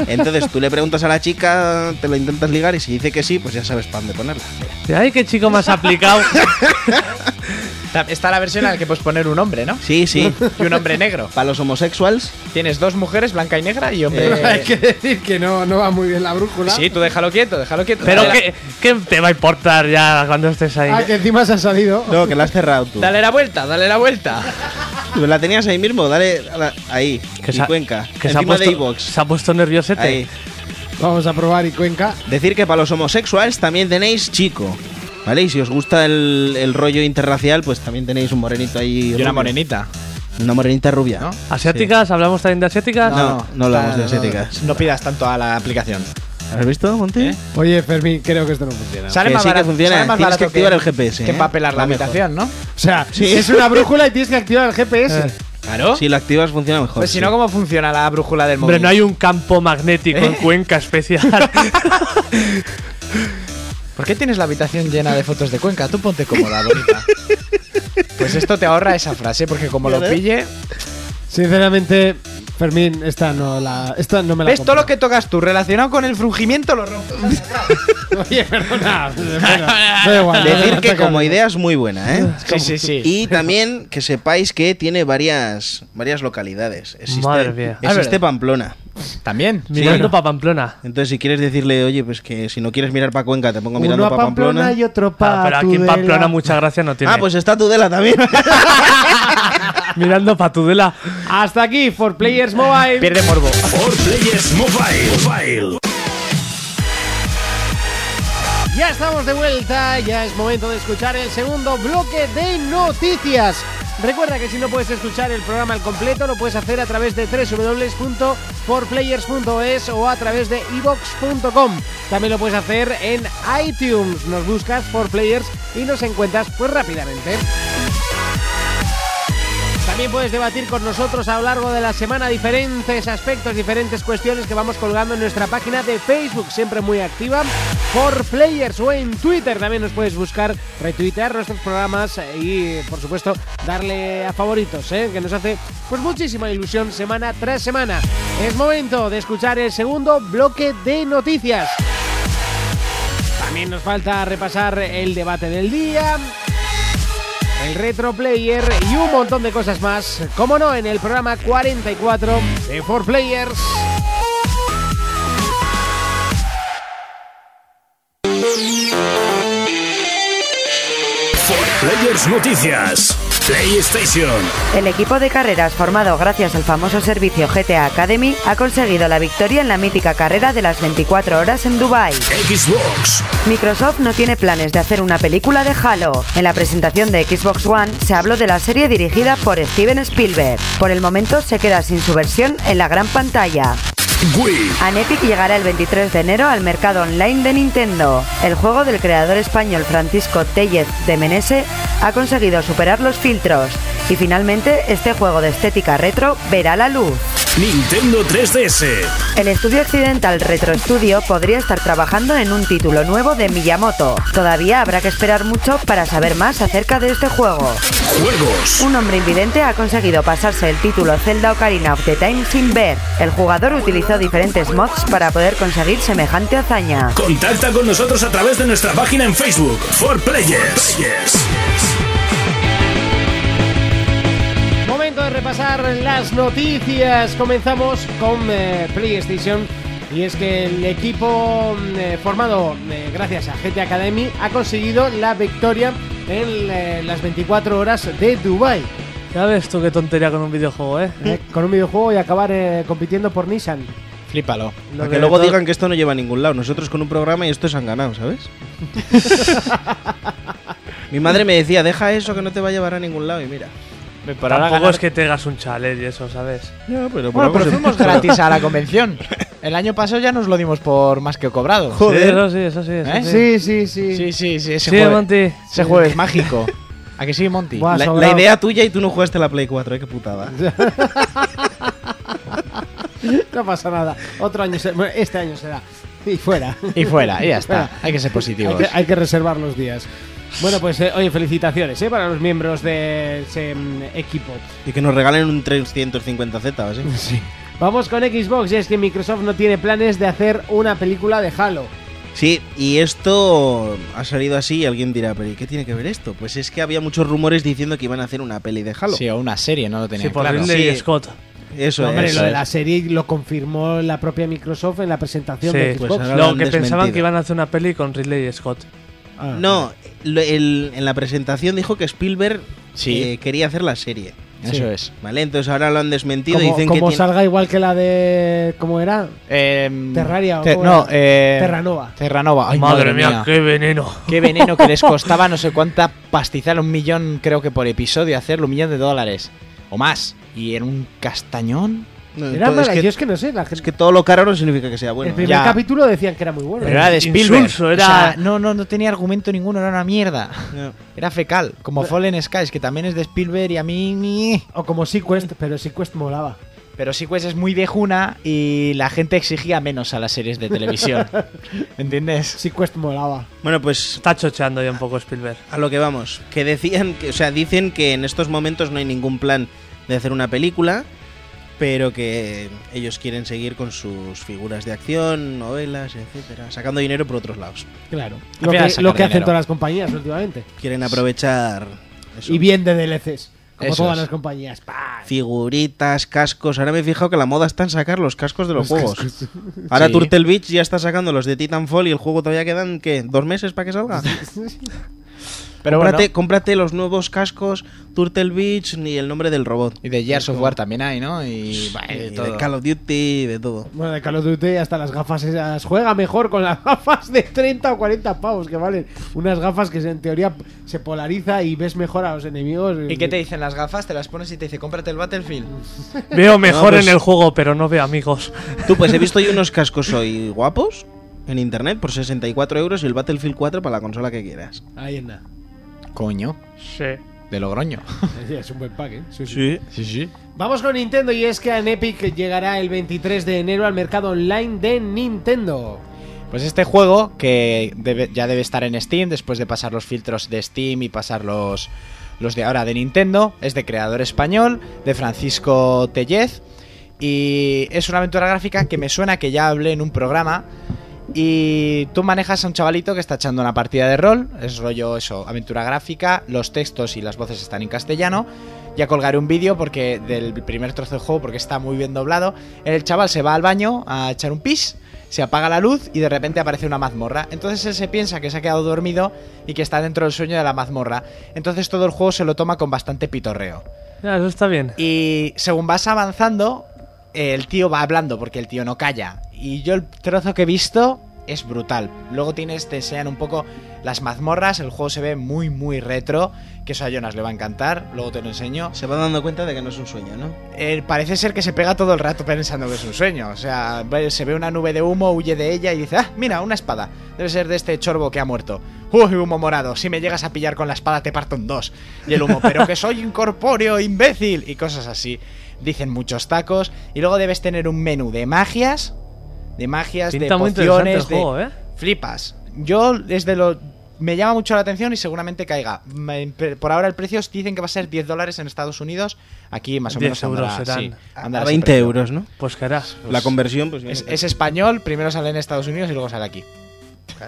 S5: Entonces tú le preguntas a la chica, te lo intentas ligar y si dice que sí, pues ya sabes para dónde ponerla. Mira.
S6: Ay, qué chico más aplicado.
S4: Ta- Está la versión en la que puedes poner un hombre, ¿no?
S5: Sí, sí.
S4: Y un hombre negro.
S5: Para los homosexuales,
S4: Tienes dos mujeres, blanca y negra, y hombre.
S2: Hay que decir que no, no va muy bien la brújula.
S4: Sí, tú déjalo quieto, déjalo quieto.
S6: Pero
S4: dale,
S6: ¿qué, ¿qué te va a importar ya cuando estés ahí?
S2: Ah, que encima se ha salido.
S5: no, que la has cerrado tú.
S4: la, dale la vuelta, dale la vuelta.
S5: Pues La tenías ahí mismo, dale a la- ahí,
S6: Que
S5: y
S6: se ha-
S5: Cuenca,
S6: Que se ha,
S5: encima de
S6: puesto,
S5: iVoox.
S6: se ha puesto nerviosete.
S5: Ahí.
S2: Vamos a probar y Cuenca.
S5: Decir que para los homosexuales también tenéis chico. ¿Vale? Y si os gusta el, el rollo interracial, pues también tenéis un morenito ahí.
S4: Y una
S5: rubio.
S4: morenita.
S5: Una morenita rubia.
S4: ¿No?
S6: ¿Asiáticas? ¿Hablamos también de asiáticas?
S5: No, no hablamos de
S4: no,
S5: asiáticas.
S4: No, pidas tanto a la aplicación.
S5: ¿Has visto, Monty?
S4: ¿Eh?
S2: Oye, Fermín, creo que esto no funciona.
S4: Sale
S5: Que
S4: más
S5: sí que
S4: barato,
S5: funciona,
S4: sale más
S5: tienes
S4: barato
S5: que activar el GPS,
S4: Que
S5: ¿eh?
S4: empapelar la
S5: Va mejor.
S4: habitación, ¿no?
S2: O sea, es una brújula y tienes que activar el GPS.
S4: Claro.
S5: Si lo activas funciona mejor.
S4: pues si
S5: sí.
S4: no, ¿cómo funciona la brújula del móvil?
S6: Hombre, no hay un campo magnético en Cuenca especial.
S4: ¿Por qué tienes la habitación llena de fotos de Cuenca? Tú ponte cómoda, bonita. pues esto te ahorra esa frase, porque como lo
S5: ¿Vale?
S4: pille.
S2: Sinceramente, Fermín, esta no la. Esta no me la.
S4: ¿Ves todo
S2: compro.
S4: lo que tocas tú relacionado con el frungimiento? Lo rompo.
S2: Oye, perdona. bueno, da igual, no
S5: Decir
S2: hace
S5: que
S2: falta
S5: como
S2: hable.
S5: idea es muy buena, ¿eh?
S4: Sí, sí, sí.
S5: Y también que sepáis que tiene varias, varias localidades. Existe,
S6: Madre mía.
S4: Ah, es
S5: existe
S4: verdad.
S5: Pamplona.
S4: También.
S6: Mirando
S5: bueno.
S6: para Pamplona.
S5: Entonces, si quieres decirle, oye, pues que si no quieres mirar para Cuenca, te pongo
S2: Uno
S5: mirando
S2: a
S5: para Pamplona.
S2: Pamplona y otro
S6: Ah,
S2: para.
S6: pero aquí en
S2: Tudela.
S6: Pamplona mucha gracia no tiene.
S5: Ah, pues está Tudela también.
S6: Mirando para Tudela.
S2: Hasta aquí, For Players Mobile.
S4: Pierde morbo.
S1: For Players Mobile.
S2: Ya estamos de vuelta, ya es momento de escuchar el segundo bloque de noticias. Recuerda que si no puedes escuchar el programa al completo, lo puedes hacer a través de www.forplayers.es o a través de evox.com. También lo puedes hacer en iTunes. Nos buscas por Players y nos encuentras pues rápidamente. También puedes debatir con nosotros a lo largo de la semana diferentes aspectos, diferentes cuestiones que vamos colgando en nuestra página de Facebook, siempre muy activa, por Players o en Twitter. También nos puedes buscar, retuitear nuestros programas eh, y, por supuesto, darle a favoritos, ¿eh? que nos hace pues muchísima ilusión semana tras semana. Es momento de escuchar el segundo bloque de noticias. También nos falta repasar el debate del día, el retro player y un montón de cosas más, como no, en el programa 44 de 4 Players.
S1: Players Noticias. PlayStation.
S3: El equipo de carreras formado gracias al famoso servicio GTA Academy ha conseguido la victoria en la mítica carrera de las 24 horas en Dubai.
S1: Xbox.
S3: Microsoft no tiene planes de hacer una película de Halo. En la presentación de Xbox One se habló de la serie dirigida por Steven Spielberg. Por el momento se queda sin su versión en la gran pantalla.
S1: Wii.
S3: Anepic llegará el 23 de enero al mercado online de Nintendo. El juego del creador español Francisco Tellez de Menese ha conseguido superar los filtros y finalmente este juego de estética retro verá la luz.
S1: Nintendo 3DS.
S3: El estudio occidental Retro Studio podría estar trabajando en un título nuevo de Miyamoto. Todavía habrá que esperar mucho para saber más acerca de este juego.
S1: Juegos.
S3: Un hombre invidente ha conseguido pasarse el título Zelda Ocarina of the Time sin ver. El jugador utilizó diferentes mods para poder conseguir semejante hazaña.
S1: Contacta con nosotros a través de nuestra página en Facebook, For Players.
S2: Momento de repasar las noticias. Comenzamos con eh, PlayStation. Y es que el equipo mm, eh, formado eh, gracias a GT Academy ha conseguido la victoria en eh, las 24 horas de Dubai
S6: Ya ves tú qué tontería con un videojuego, ¿eh?
S2: Con un videojuego y acabar eh, compitiendo por Nissan.
S4: Flípalo.
S2: Lo
S5: Para
S2: de
S5: que luego
S2: todo-
S5: digan que esto no lleva a ningún lado. Nosotros con un programa y estos han ganado, ¿sabes? Mi madre me decía, deja eso que no te va a llevar a ningún lado y mira.
S6: Para
S4: ahora
S6: Tampoco
S4: ganar-
S6: es que te hagas un challenge y eso, ¿sabes?
S5: No, pero
S4: Bueno, pero
S5: se-
S4: fuimos gratis a la convención. El año pasado ya nos lo dimos por más que cobrado.
S6: Sí, eso sí, eso sí. Eso
S4: ¿Eh?
S2: Sí,
S6: sí.
S2: sí, sí.
S4: Sí, sí, sí. Ese,
S6: Sí,
S4: jueves,
S6: Monty.
S4: ese jueves mágico. ¿A que sí, Monty?
S2: Buah,
S5: La, la
S2: sobrado.
S5: idea tuya y tú no jugaste la Play 4, ¿eh? Qué putada.
S2: No pasa nada. Otro año, se- bueno, este año será. Y fuera.
S4: Y fuera, y ya está.
S2: Fuera.
S4: Hay que ser positivos.
S2: Hay que, hay que reservar los días. Bueno, pues eh, oye, felicitaciones ¿eh? para los miembros de ese mm, equipo.
S5: Y que nos regalen un 350Z o así.
S2: Vamos con Xbox, y es que Microsoft no tiene planes de hacer una película de Halo.
S5: Sí, y esto ha salido así y alguien dirá, pero ¿y qué tiene que ver esto? Pues es que había muchos rumores diciendo que iban a hacer una peli de Halo.
S4: Sí, o una serie, no lo tenía
S6: Sí, por
S4: claro.
S6: Ridley
S5: Sí.
S6: Scott.
S5: Eso
S2: Hombre,
S5: es.
S2: lo de la serie lo confirmó la propia Microsoft en la presentación de
S6: Sí,
S2: Xbox.
S5: Pues ahora lo
S6: lo
S5: han
S6: que pensaban
S5: desmentido.
S6: que iban a hacer una peli con Ridley Scott.
S2: Ah.
S5: No, lo- el- en la presentación dijo que Spielberg
S4: Sí.
S5: eh, quería hacer la serie.
S4: Eso es.
S5: Vale, entonces ahora lo han desmentido y
S2: Como,
S5: dicen que
S2: como
S5: tiene-
S2: salga igual que la de. ¿Cómo era?
S4: Em,
S2: Terraria o
S4: te-
S2: cómo
S4: no,
S2: era?
S4: eh,
S2: Terranova.
S4: Terranova. Ay,
S6: madre, mía, qué veneno.
S4: Qué veneno que les costaba no sé cuánta pastizar, un millón creo que por episodio, hacerlo, un millón de dólares o más. Y en un castañón.
S5: No,
S2: Era
S5: todo- es
S2: mala,
S5: que-
S2: yo es que no sé. La gente,
S5: es que todo lo caro no significa que sea
S2: el
S5: bueno. ¿eh?
S2: primer
S4: ya.
S2: capítulo decían que era muy bueno.
S4: Pero era de Spielberg.
S6: insulso,
S4: O
S6: era-
S4: sea, no, no, no tenía argumento ninguno, era una mierda.
S5: Ya.
S4: Era fecal, como Fallen Skies, que también es de Spielberg y a mí... ni-
S2: O como Sequest, pero Sequest molaba.
S4: Pero sí pues es muy viejuna y la gente exigía menos a las series de televisión. ¿Entiendes?
S2: Sequest molaba.
S5: Bueno, pues
S6: Está chocheando ya un poco Spielberg.
S5: a lo que vamos. Que decían, que, o sea, dicen que en estos momentos no hay ningún plan de hacer una película, pero que ellos quieren seguir con sus figuras de acción, novelas, etcétera, sacando dinero por otros lados.
S2: Claro.
S4: Al
S2: Lo
S4: final
S2: que,
S4: sacar
S2: lo que hacen
S4: dinero.
S2: todas las compañías últimamente.
S5: Quieren aprovechar eso.
S2: Y bien de DLCs. Como
S4: Eso
S2: todas
S4: es.
S2: las compañías. ¡Pah!
S5: figuritas, cascos. Ahora me he fijado que la moda está en sacar los cascos de los, juegos. Ahora
S4: Sí.
S5: Turtle Beach ya está sacando los de Titanfall y el juego todavía quedan, ¿qué? ¿Dos meses para que salga?
S4: Pero
S5: cómprate,
S4: bueno...
S5: cómprate los nuevos cascos Turtle Beach ni el nombre del robot.
S4: Y de Gears of War también hay, ¿no? Y, bah,
S5: Y
S4: Eh, de
S5: de
S4: todo.
S5: Call of Duty, de todo.
S2: Bueno, de Call of Duty hasta las gafas esas. Juega mejor con las gafas de 30 o 40 pavos que valen. Unas gafas que en teoría se polariza y ves mejor a los enemigos. Eh,
S4: ¿Y qué te dicen las gafas? Te las pones y te dice, cómprate el Battlefield.
S6: Veo mejor
S5: pues-
S6: en el juego, pero no veo amigos.
S5: Tú, pues he visto yo unos cascos hoy guapos en internet por 64 euros y el Battlefield 4 para la consola que quieras.
S2: Ahí en nada.
S4: Coño,
S6: Sí.
S4: de Logroño.
S2: Es un buen pack, ¿eh? Sí, sí.
S4: Sí, sí.
S2: Vamos con Nintendo y es que en Epic llegará el 23 de enero al mercado online de Nintendo.
S4: Pues este juego, que debe- ya debe estar en Steam, después de pasar los filtros de Steam y pasar los, los de ahora de Nintendo, es de creador español, de Francisco Tellez, y es una aventura gráfica que me suena que ya hablé en un programa. Y tú manejas a un chavalito que está echando una partida de rol, es rollo eso, aventura gráfica, los textos y las voces están en castellano. Ya colgaré un vídeo porque del primer trozo del juego porque está muy bien doblado. El chaval se va al baño a echar un pis, se apaga la luz y de repente aparece una mazmorra. Entonces él se piensa que se ha quedado dormido y que está dentro del sueño de la mazmorra. Entonces todo el juego se lo toma con bastante pitorreo.
S6: Ya, eso está bien.
S4: Y según vas avanzando, el tío va hablando porque el tío no calla. Y yo el trozo que he visto es brutal. Luego tienes, te enseñan un poco las mazmorras, el juego se ve muy, muy retro, que eso a Jonas le va a encantar, luego te lo enseño.
S5: Se va dando cuenta de que no es un sueño, ¿no?
S4: Eh, parece ser que se pega todo el rato pensando que es un sueño. O sea, ve- se ve una nube de humo, huye de ella y dice, ah, mira, una espada. Debe ser de este chorbo que ha muerto. Uy, humo morado, si me llegas a pillar con la espada te parto en dos. Y el humo, pero que soy incorpóreo, imbécil. Y cosas así. Dicen muchos tacos. Y luego debes tener un menú de magias. De magias,
S6: Pinta
S4: de
S6: muy interesante el
S4: pociones, de-
S6: juego, ¿eh?
S4: flipas. Yo desde lo... Me llama mucho la atención y seguramente caiga. Me- pe- Por ahora el precio es- dicen que va a ser 10 dólares en Estados Unidos. Aquí más o
S6: 10
S4: menos
S6: euros
S4: andará,
S6: serán.
S4: sí,
S5: A,
S4: andará
S5: a
S4: ese
S5: 20
S4: precio.
S5: euros, ¿no?
S6: Pues que harás.
S5: la conversión, pues.
S4: Es,
S5: mira,
S4: es español, primero sale en Estados Unidos y luego sale aquí.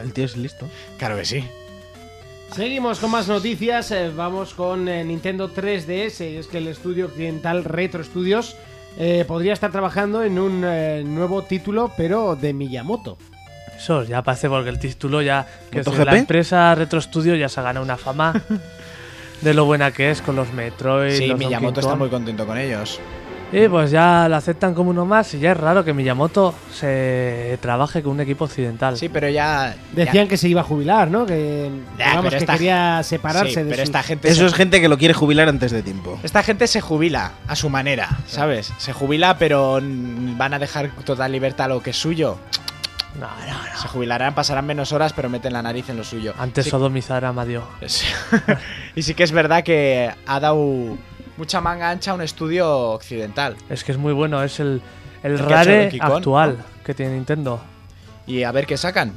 S5: El tío es listo.
S4: Claro que sí.
S2: Seguimos con más noticias, eh, vamos con eh, Nintendo 3DS, y es que el estudio occidental Retro Studios eh, podría estar trabajando en un eh, nuevo título, pero de Miyamoto.
S6: Eso ya parece porque el título ya. que
S5: ¿MotoGP?
S6: decir, la empresa Retro Studio ya se ha ganado una fama de lo buena que es con los Metroid.
S4: Sí,
S6: los
S4: Miyamoto
S6: Donkey
S4: está
S6: Kong.
S4: muy contento con ellos.
S6: Y pues ya la aceptan como uno más y ya es raro que Miyamoto se trabaje con un equipo occidental.
S4: Sí, pero ya... ya-
S2: Decían que se iba a jubilar, ¿no? Que,
S4: Ya,
S2: digamos,
S4: pero
S2: que
S4: esta-
S2: quería
S4: Sí,
S2: separarse de
S4: pero
S2: sus-
S4: esta gente...
S5: Eso
S4: se-
S5: es gente que lo quiere jubilar antes de tiempo.
S4: Esta gente se jubila a su manera, ¿sabes? Se jubila, pero mm, van a dejar total libertad a lo que es suyo.
S6: No, no, no.
S4: Se jubilarán, pasarán menos horas, pero meten la nariz en lo suyo.
S6: Antes
S4: Sí-
S6: sodomizar a Madio.
S4: Sí. y sí que es verdad que ha dado mucha manga ancha a un estudio occidental.
S6: Es que es muy bueno, es el, el
S4: El que ha hecho
S6: rare
S4: Donkey Kong,
S6: actual que tiene Nintendo.
S4: Y a ver qué sacan.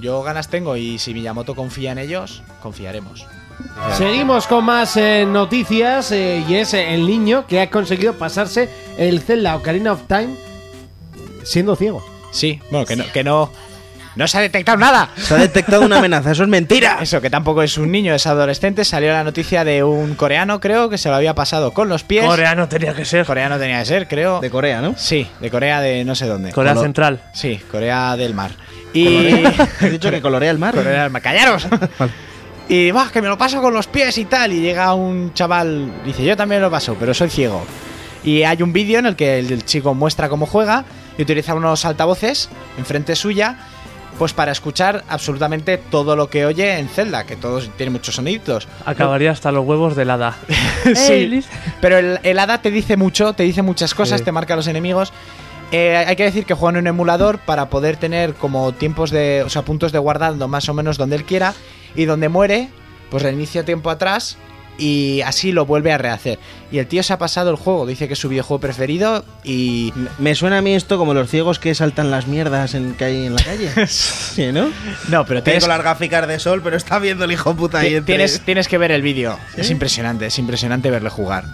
S4: Yo ganas tengo y si Miyamoto confía en ellos, confiaremos.
S2: Seguimos con más eh, noticias eh, y es eh, el niño que ha conseguido pasarse el Zelda Ocarina of Time siendo ciego.
S4: Sí, bueno, que no, que no. No se ha detectado nada.
S5: Se ha detectado una amenaza, eso es mentira.
S4: Eso, que tampoco es un niño, es adolescente. Salió la noticia de un coreano, creo, que se lo había pasado con los pies.
S6: Coreano tenía que ser. Corea,
S4: Coreano tenía que ser, creo.
S5: De Corea, ¿no?
S4: Sí, de Corea de no sé dónde. Colo-
S6: Central.
S4: Sí, Corea del Mar. Y.
S5: He dicho que colorea el mar.
S4: Coronel Alma, callaros. Y va, que me lo paso con los pies y tal. Y llega un chaval, dice, yo también lo paso, pero soy ciego. Y hay un vídeo en el que el, el chico muestra cómo juega y utiliza unos altavoces enfrente suya, pues para escuchar absolutamente todo lo que oye en Zelda, que todos tienen muchos soniditos.
S6: Acabaría hasta los huevos de hada.
S4: Sí.
S6: Liz.
S4: Pero el, el hada te dice mucho, te dice muchas cosas,
S6: Sí.
S4: te marca los enemigos. Eh, hay que decir que juega en un emulador para poder tener como tiempos de. O sea, puntos de guardando más o menos donde él quiera. Y donde muere, pues reinicia tiempo atrás. Y así lo vuelve a rehacer. Y el tío se ha pasado el juego. Dice que es su videojuego preferido. Y.
S5: Me suena a mí esto como los ciegos que saltan las mierdas en, que hay en la calle. sí, ¿no?
S4: No, pero
S5: Tengo
S4: tienes,
S5: las gráficas de sol, pero está viendo el hijo puta ahí
S4: ti-
S5: entre-
S4: tienes, tienes que ver el vídeo. Es impresionante, es impresionante verle jugar.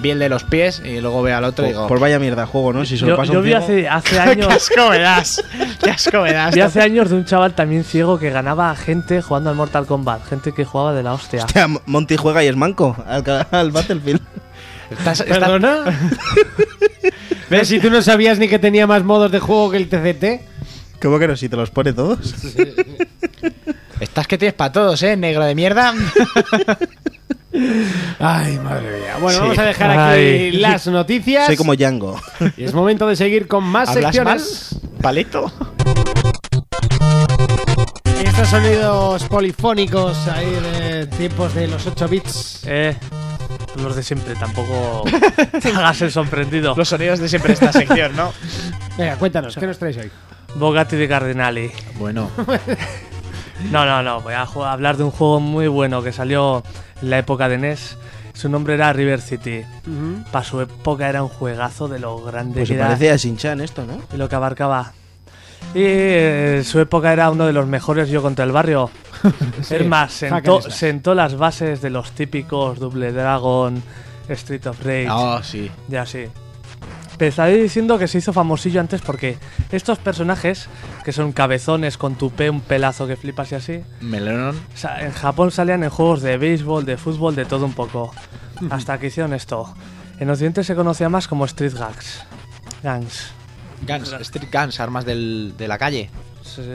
S4: Vi el de los pies y luego ve al otro y digo.
S5: Por, por Pues vaya mierda juego, ¿no? Si se lo
S6: Yo,
S5: pasa
S6: yo
S5: un
S6: vi
S5: ciego-
S6: hace, hace
S4: ¡Qué
S6: años.
S4: asco me das! ¡Qué asco me das!
S6: Vi hace años de un chaval también ciego que ganaba a gente jugando al Mortal Kombat, gente que jugaba de la hostia.
S5: Hostia, Mon- Monty juega y es manco al, ca- al Battlefield.
S4: Estás- estás-
S2: ¿Perdona? Pero si tú no sabías ni que tenía más modos de juego que el TCT.
S5: ¿Cómo que no? Si te los pone todos.
S4: Estás que tienes para todos, ¿eh? Negro de mierda.
S2: Ay, madre mía. Bueno,
S4: Sí.
S2: vamos a dejar aquí
S6: Ay.
S2: las noticias.
S5: Soy como Django.
S2: Y es momento de seguir con más
S4: ¿Hablas mal?
S2: secciones.
S4: ¿Palito?
S2: Estos sonidos polifónicos ahí de tiempos de los 8 bits.
S6: Eh, los de siempre, tampoco te hagas el sorprendido.
S4: Los sonidos de siempre esta sección, ¿no?
S2: Venga, cuéntanos, ¿qué nos traes hoy?
S6: Bogatti de Cardinali.
S4: Bueno,
S6: No, no, no, voy a ju- a hablar de un juego muy bueno que salió en la época de NES. Su nombre era River City. Para su época era un juegazo de lo grande
S5: Pues
S6: que
S5: se
S6: era.
S5: parece a Shinchan esto, ¿no?
S6: y lo que abarcaba. Y eh, su época era uno de los mejores yo contra el barrio. es más, sentó,
S2: Hacker Slash.
S6: sentó las bases de los típicos Double Dragon, Street of Rage,
S5: Ah.
S4: oh, sí.
S6: ya sí. Te estaba diciendo que se hizo famosillo antes porque estos personajes, que son cabezones con tupé, un pelazo que flipas y así,
S4: Melón.
S6: o sea, en Japón salían en juegos de béisbol, de fútbol, de todo un poco. Hasta que hicieron esto. En Occidente se conocía más como Street Gags. Gangs.
S4: Guns, street guns, armas del- de la calle.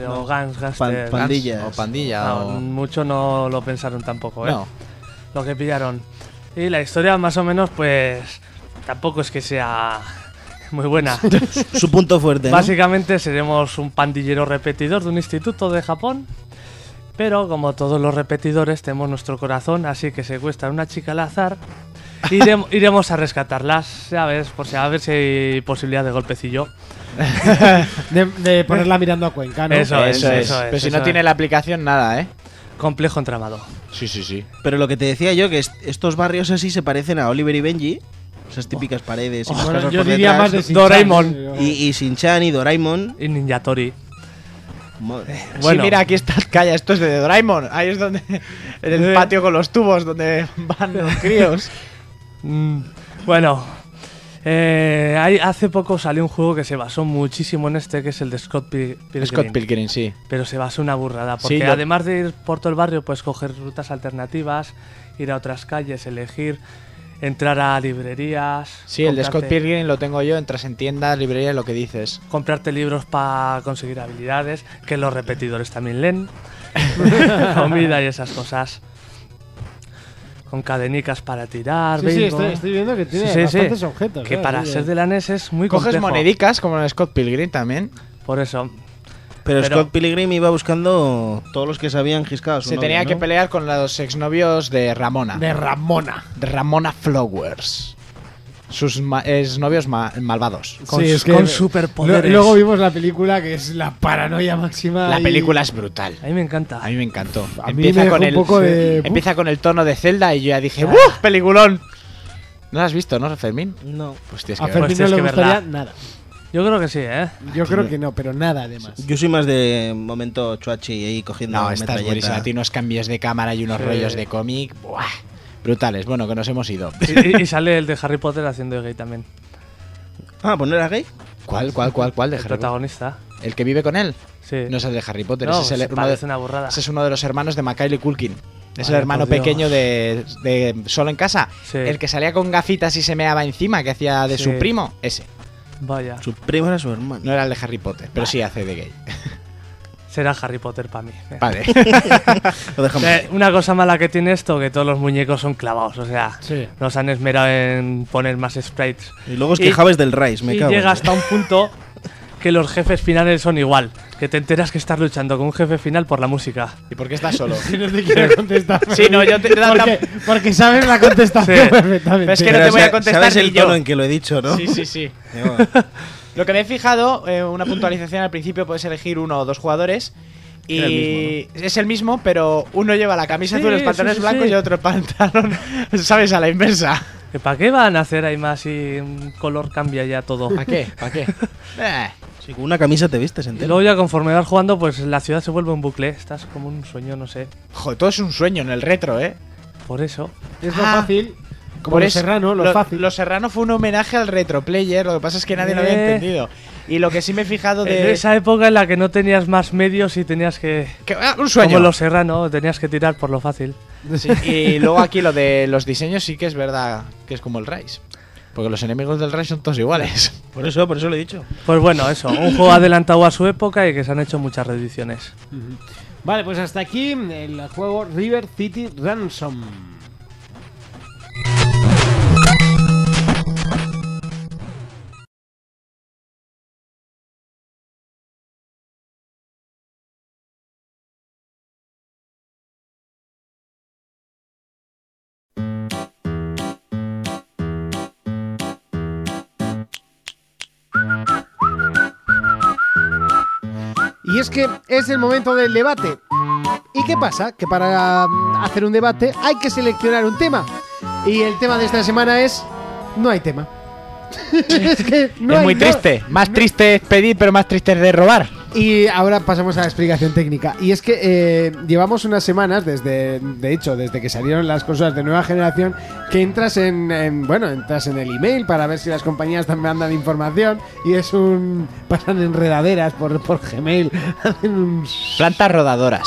S6: O gangs, gangsters.
S5: pan- Pandillas.
S4: Guns O pandilla.
S6: No,
S4: o...
S6: mucho no lo pensaron tampoco, ¿eh?
S4: No.
S6: Lo que pillaron. Y la historia, más o menos, pues. Tampoco es que sea muy buena.
S5: Su punto fuerte. ¿no?
S6: Básicamente seremos un pandillero repetidor de un instituto de Japón. Pero como todos los repetidores tenemos nuestro corazón, así que secuestran una chica al azar. Irem- iremos a rescatarlas, ¿sabes? Por si a ver si hay posibilidad de golpecillo.
S2: De,
S4: ¿Eh?
S2: de Eh, ponerla mirando a Cuenca, Ah, ¿no?
S6: Eso es,
S4: Eso es.
S6: eso es,
S4: Pero si
S6: eso
S4: no
S6: es.
S4: tiene la aplicación, nada, ¿eh?
S6: Complejo entramado.
S4: Sí, sí, sí.
S5: Pero lo que te decía yo, que est- estos barrios así se parecen a Oliver y Benji. Esas típicas
S4: Oh,
S5: paredes y
S2: Bueno,
S5: esas cosas
S2: yo
S5: por
S2: diría
S5: detrás.
S2: más de Shin-chan,
S6: Doraemon.
S2: yo-
S5: Y, y Shin-Chan y Doraemon.
S6: Y Ninjatori.
S5: Madre.
S6: Bueno.
S4: Sí, mira, aquí está Calla, esto es de Doraemon. Ahí es donde. En el patio con los tubos donde van los críos.
S6: Mm, bueno, eh, hay- hace poco salió un juego que se basó muchísimo en este, que es el de Scott Pi- Pilgrim.
S4: Scott Pilgrim, sí.
S6: Pero se basó una burrada, porque
S4: lo-
S6: además de ir por todo el barrio, pues coger rutas alternativas, ir a otras calles, elegir, entrar a librerías.
S4: Sí, el de Scott
S6: comprarte-
S4: Pilgrim lo tengo yo. Entras en tiendas, librerías, lo que dices.
S6: comprarte libros para conseguir habilidades, que los repetidores también leen, comida y esas cosas. Con cadenicas para tirar,
S2: Sí, sí,
S6: bingo.
S2: estoy, estoy viendo que tiene
S6: Sí, sí, sí.
S2: bastantes objetos.
S6: Que
S2: ¿eh?
S6: para
S2: Sí,
S6: ser
S2: eh.
S6: de la NES es muy
S4: Coges
S6: complejo.
S4: monedicas, como en Scott Pilgrim también.
S6: Por eso.
S5: Pero,
S6: Pero-
S5: Scott Pilgrim iba buscando todos los que se habían giscado. a su
S4: Se
S5: novia,
S4: tenía que
S5: ¿no?
S4: pelear con los exnovios de Ramona.
S2: De Ramona.
S4: De Ramona Flowers. Sus ma- exnovios ma- malvados.
S6: Con,
S2: Sí,
S6: su-
S2: es que-
S6: con superpoderes.
S2: Lo- luego vimos la película que es la paranoia máxima.
S4: La
S2: y-
S4: película es brutal.
S6: A mí me encanta.
S4: A mí me encantó.
S2: A mí
S4: empieza
S2: me dejó
S4: con
S2: un
S4: el
S2: poco de-
S4: empieza con el tono de Zelda y yo ya dije, ¡Uf, peliculón! ¿No la has visto, no, Fermín?
S5: No.
S4: Pues tienes
S2: A
S4: que verla.
S2: Fermín
S6: Pues
S2: no
S6: es
S2: le
S6: que
S2: gustaría
S6: verdad.
S2: nada.
S6: Yo creo que sí, ¿eh?
S2: Yo creo que no, pero nada además.
S5: Yo soy más de momento chuachi ahí cogiendo.
S4: No, esta es
S5: metralleta.
S4: buenísima. Tiene unos cambios de cámara y unos rollos de cómic. ¡buah! Brutales. Bueno, que nos hemos ido.
S6: Y, y sale el de Harry Potter haciendo de gay también.
S5: Ah, ¿poner a gay?
S4: ¿Cuál, cuál, cuál, cuál? De
S6: El
S4: Harry
S6: protagonista.
S4: Potter? ¿El que vive con él?
S6: Sí.
S4: No es el de Harry Potter.
S6: No,
S4: ese es
S6: se
S4: el, uno de,
S6: parece una burrada.
S4: ese es uno de los hermanos de Macaulay Culkin. Es el
S6: Vaya,
S4: hermano
S6: por Dios.
S4: pequeño de, de Solo en Casa.
S6: Sí.
S4: El que salía con gafitas y se meaba encima, que hacía de
S6: Sí.
S4: su primo. Ese.
S6: Vaya.
S5: Su primo era su hermano.
S4: No era el de Harry Potter, pero sí hace de gay.
S6: Será Harry Potter para mí. Eh.
S4: Vale.
S5: Lo dejamos.
S6: Eh, una cosa mala que tiene esto, que todos los muñecos son clavados, o sea,
S2: Sí.
S6: nos han esmerado en poner más sprites.
S5: Y luego os
S6: y-
S5: quejabais del
S4: Pues
S5: Rice, me
S6: y
S5: cago. en
S6: llega
S5: Dios.
S6: hasta un punto que los jefes finales son igual, que te enteras que estás luchando con un jefe final por la música.
S4: ¿Y por qué estás solo?
S2: Que no te quiero contestar.
S4: Sí, no, yo te- yo tam-
S2: porque, porque sabes la contestación
S6: Sí.
S2: perfectamente.
S4: Es que no
S5: Pero
S4: te voy a
S5: sa-
S4: contestar
S5: Sabes
S4: ni
S5: el
S4: yo.
S5: tono en que lo he dicho, ¿no?
S4: Sí, sí, sí.
S5: Digo,
S4: Lo que me he fijado, eh, una puntualización al principio, puedes elegir uno o dos jugadores. Y
S5: Era el mismo,
S4: es el mismo, pero uno lleva la camisa
S6: Sí,
S4: azul, los
S6: sí,
S4: pantalones
S6: sí,
S4: blancos
S6: sí.
S4: y otro el pantalón, ¿sabes? A la inversa.
S6: ¿Que ¿Para Eh, qué van a hacer ahí más si un color cambia ya todo?
S4: ¿Para qué? ¿Para qué? Eh,
S5: sí, con una camisa te vistes
S6: Y
S5: entero.
S6: luego ya conforme vas jugando, pues la ciudad se vuelve un bucle, estás como un sueño, no sé.
S4: jo, todo es un sueño en el retro, ¿eh?
S6: Por eso,
S2: Es lo
S4: Ah.
S2: fácil. Como
S4: Por
S2: los
S4: eso-
S2: Serrano, lo,
S4: lo-
S2: fácil.
S4: Los Serrano fue un homenaje al retro player, lo que pasa es que nadie lo había
S6: Eh.
S4: entendido. Y lo que sí me he fijado
S6: en
S4: de.
S2: Eh,
S6: esa época en la que no tenías más medios y tenías que...
S4: que- ah, un sueño.
S6: Como los serrano, tenías que tirar por lo fácil.
S4: Sí, y luego aquí lo de los diseños sí que es verdad que es como el Rise. Porque los enemigos del Rise son todos iguales.
S5: Por eso, por eso lo he dicho.
S6: Pues bueno, eso, un juego adelantado a su época y que se han hecho muchas reediciones.
S2: Vale, pues hasta aquí el juego River City Ransom. Y es que es el momento del debate. ¿Y qué pasa? Que para mm, hacer un debate hay que seleccionar un tema. Y el tema de esta semana es no hay tema. es que no
S4: es
S2: hay-
S4: muy
S2: no-
S4: triste. Más triste es pedir, pero más triste es de robar.
S2: Y ahora pasamos a la explicación técnica. Y es que eh, llevamos unas semanas, desde, de hecho, desde que salieron las consolas de nueva generación, que entras en, en- bueno, entras en el email para ver si las compañías te mandan información y es un pasan enredaderas por, por Gmail, hacen un
S4: Plantas rodadoras.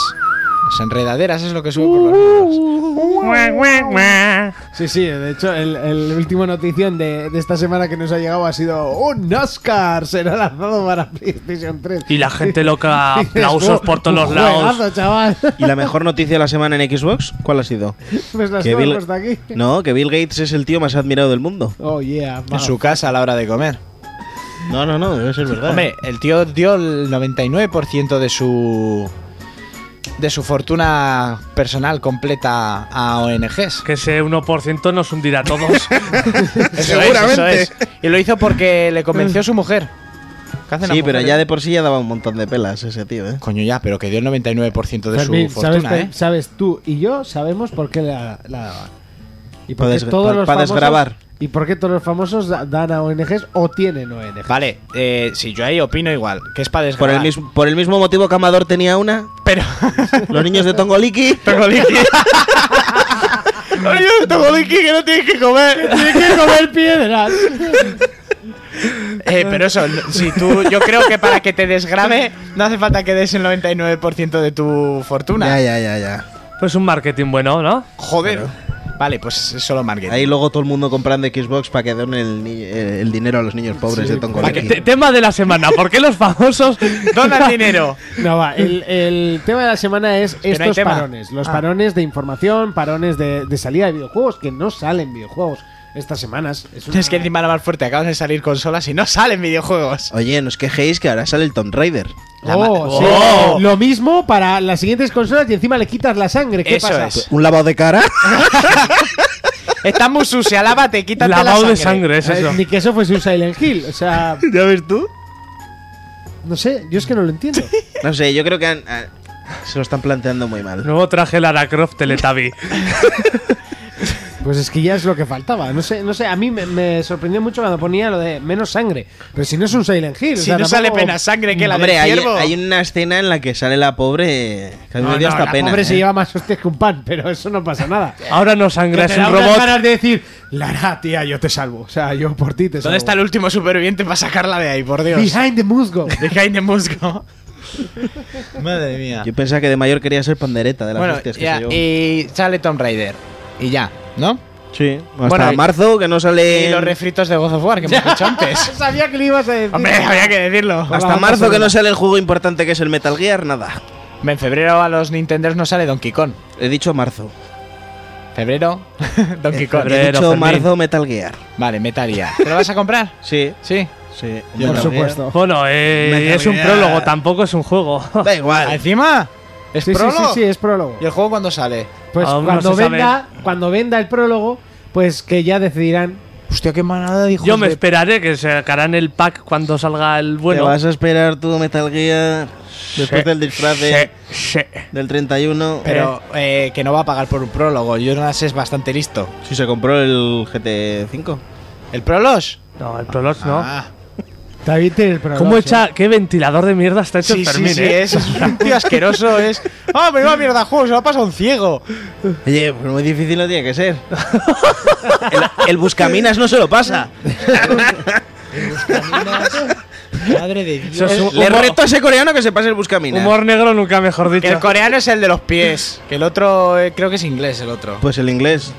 S4: Las enredaderas es lo que sube por los
S2: Uh.
S4: muros.
S2: Sí, sí, de hecho, el, el último notición de, de esta semana que nos ha llegado ha sido ¡Un Oscar! Será lanzado para PlayStation 3.
S6: Y la gente loca,
S2: Dices,
S6: aplausos
S2: "Oh,
S6: por todos los
S2: un
S6: lados.
S2: juegazo, chaval!
S5: ¿Y la mejor noticia de la semana en Xbox? ¿Cuál ha sido?
S2: Pues las
S5: Que Bill-
S2: hemos puesto aquí.
S5: No, que Bill Gates es el tío más admirado del mundo.
S2: Oh, yeah.
S4: En
S2: va.
S4: su casa a la hora de comer.
S5: No, no, no, debe ser verdad.
S4: Hombre, el tío dio el 99% de su de su fortuna personal completa a ONGs.
S6: Que ese 1% nos hundirá a todos.
S4: Eso es,
S5: Seguramente.
S4: eso es. Y lo hizo porque le convenció su mujer. ¿Qué hacen
S5: Sí,
S4: las
S5: pero
S4: mujeres?
S5: ya de por sí ya daba un montón de pelas ese tío, ¿eh?
S4: Coño, ya, pero que dio el 99% de
S2: Fermín,
S4: su
S2: sabes,
S4: fortuna, ¿eh?
S2: sabes tú y yo sabemos por qué la, la daban. Y por
S5: Pa
S2: qué
S5: desgra-
S2: todos
S5: pa-
S2: los
S5: pa
S2: famosos-
S5: desgravar.
S2: Y por qué todos los famosos da- dan a ONGs o tienen ONGs.
S4: Vale, eh, si yo ahí opino igual, que es para
S5: Por
S4: desgrabar.
S5: el, mismo, por el mismo motivo que Amador tenía una,
S4: Pero...
S5: los niños de Tongoliki.
S4: Togoliki. Oye, Togoliki, que no tienes que comer.
S2: que comer piedras.
S4: Eh, pero eso, no- si tú, yo creo que para que te desgrabe no hace falta que des el 99% de tu fortuna.
S5: Ya, ya, ya, ya.
S6: pues un marketing bueno, ¿no?
S4: Joder. Vale, pues es solo marketing.
S5: Ahí luego todo el mundo comprando Xbox para que den el, ni- eh, el dinero a los niños pobres de Tongoliki.
S6: Te- tema de la semana. ¿Por qué los famosos
S4: Dona dinero.
S2: No, va, el, el tema de la semana es
S4: que no hay
S2: estos
S4: tema.
S2: parones. Los
S4: Ah.
S2: parones de información, parones de, de salida de videojuegos, que no salen videojuegos estas semanas. Es una-
S4: Es que encima lo más fuerte, acabas de salir consolas y no salen videojuegos.
S5: Oye, no os quejéis que ahora sale el Tomb Raider.
S4: La ma-
S2: Oh, sí.
S4: ¡Oh!
S2: Lo mismo para las siguientes consolas y encima le quitas la sangre. ¿Qué
S4: Eso
S2: pasa?
S4: es.
S5: ¿Un lavado de cara?
S4: Está muy sucia, lávate, quítate
S6: lavado
S4: la
S6: de sangre? Es eso.
S2: Pues, Ni que eso fuese un Silent Hill. O sea,
S5: ¿Ya ves tú?
S2: no sé, yo es que no lo entiendo.
S5: No sé, yo creo que han- ah, se lo están planteando muy mal.
S6: Nuevo traje Lara Croft Teletabi.
S2: Pues es que ya es lo que faltaba. No sé, no sé. A mí me, me sorprendió mucho cuando ponía lo de menos sangre. Pero si no es un Silent Hill. o
S4: Si
S2: sea,
S4: no sale
S2: tampoco-
S4: pena sangre que la
S5: Hombre,
S4: del
S5: hay,
S4: ciervo.
S5: hay una escena en la que sale la pobre. Que a mí me dio hasta
S2: la
S5: pena.
S2: pobre
S5: ¿eh?
S2: se lleva más hostias que un pan, pero eso no pasa nada.
S6: Ahora no
S2: Que
S6: sangra,
S2: te
S6: es
S2: da
S6: un
S2: unas
S6: robot.
S2: ganas de decir, Lara, tía, yo te salvo. O sea, yo por ti te salvo.
S4: ¿Dónde está el último superviviente para sacarla de ahí, por Dios?
S2: Behind the Musgo.
S4: Behind the musgo. Madre mía.
S5: Yo pensaba que de mayor quería ser pandereta de las
S4: Bueno,
S5: hostias que
S4: ya,
S5: se llevó.
S4: y sale Tomb Raider. Y ya, ¿no?
S5: Sí, hasta
S4: Bueno, y-
S5: marzo que no
S4: Y
S5: sale.
S4: los refritos de God of War que hemos dicho antes.
S2: Sabía que le ibas a decir.
S4: Hombre, había que decirlo.
S5: Hasta
S2: Vamos,
S5: marzo
S2: pasa
S5: que
S2: nada.
S5: no sale el juego importante que es el Metal Gear, nada.
S4: En febrero a los Nintenderos no sale Donkey Kong.
S5: He dicho marzo.
S4: Febrero, Donkey
S5: He
S4: Kong.
S6: febrero.
S5: dicho
S6: Fermín.
S5: marzo Metal Gear.
S4: Vale, Metal Gear. ¿Te lo vas a comprar?
S5: Sí,
S4: Sí.
S5: sí.
S4: Yo
S2: Por
S5: Metal Gear.
S2: supuesto.
S6: Bueno, eh,
S5: Mentalidad.
S6: es un prólogo, tampoco es un juego.
S5: Da igual.
S4: ¿Encima? ¿Es
S2: Sí, sí, sí,
S4: prólogo?
S2: sí, es prólogo.
S4: ¿Y el juego cuándo sale?
S2: Pues
S6: Aún no
S2: cuando,
S6: se sabe.
S2: venda, cuando venda el prólogo, pues que ya decidirán.
S4: Hostia, qué manada dijo.
S6: Yo me esperaré que sacarán el pack cuando salga el
S5: Te
S6: bueno.
S5: vas a esperar tu Metal Gear después del disfraz de-
S6: Sí, sí.
S5: del 31.
S4: Pero eh, que no va a pagar por un prólogo. Jonas es bastante listo.
S5: Si se compró el GT5.
S4: ¿El Prolos?
S6: No, el prólogo no.
S4: Ah.
S2: David tiene el prólogo.
S6: ¿Cómo
S2: sí.
S6: echa? ¿Qué ventilador de mierda está hecho
S4: Sí, sí,
S6: Fermín,
S4: sí,
S6: eh?
S4: es, es un tío asqueroso. Es. ¡Ah, me iba a mierda juego! Se lo ha pasado un ciego.
S5: Oye, pues muy difícil no tiene que ser. el, el Buscaminas no se lo pasa.
S4: Madre de Dios.
S6: Eso es un-
S5: Le
S6: humor,
S5: reto a ese coreano que se pase el Buscaminas.
S6: humor negro nunca mejor dicho.
S4: El coreano es el de los pies. Que el otro, eh, creo que es inglés, el otro.
S5: Pues el inglés.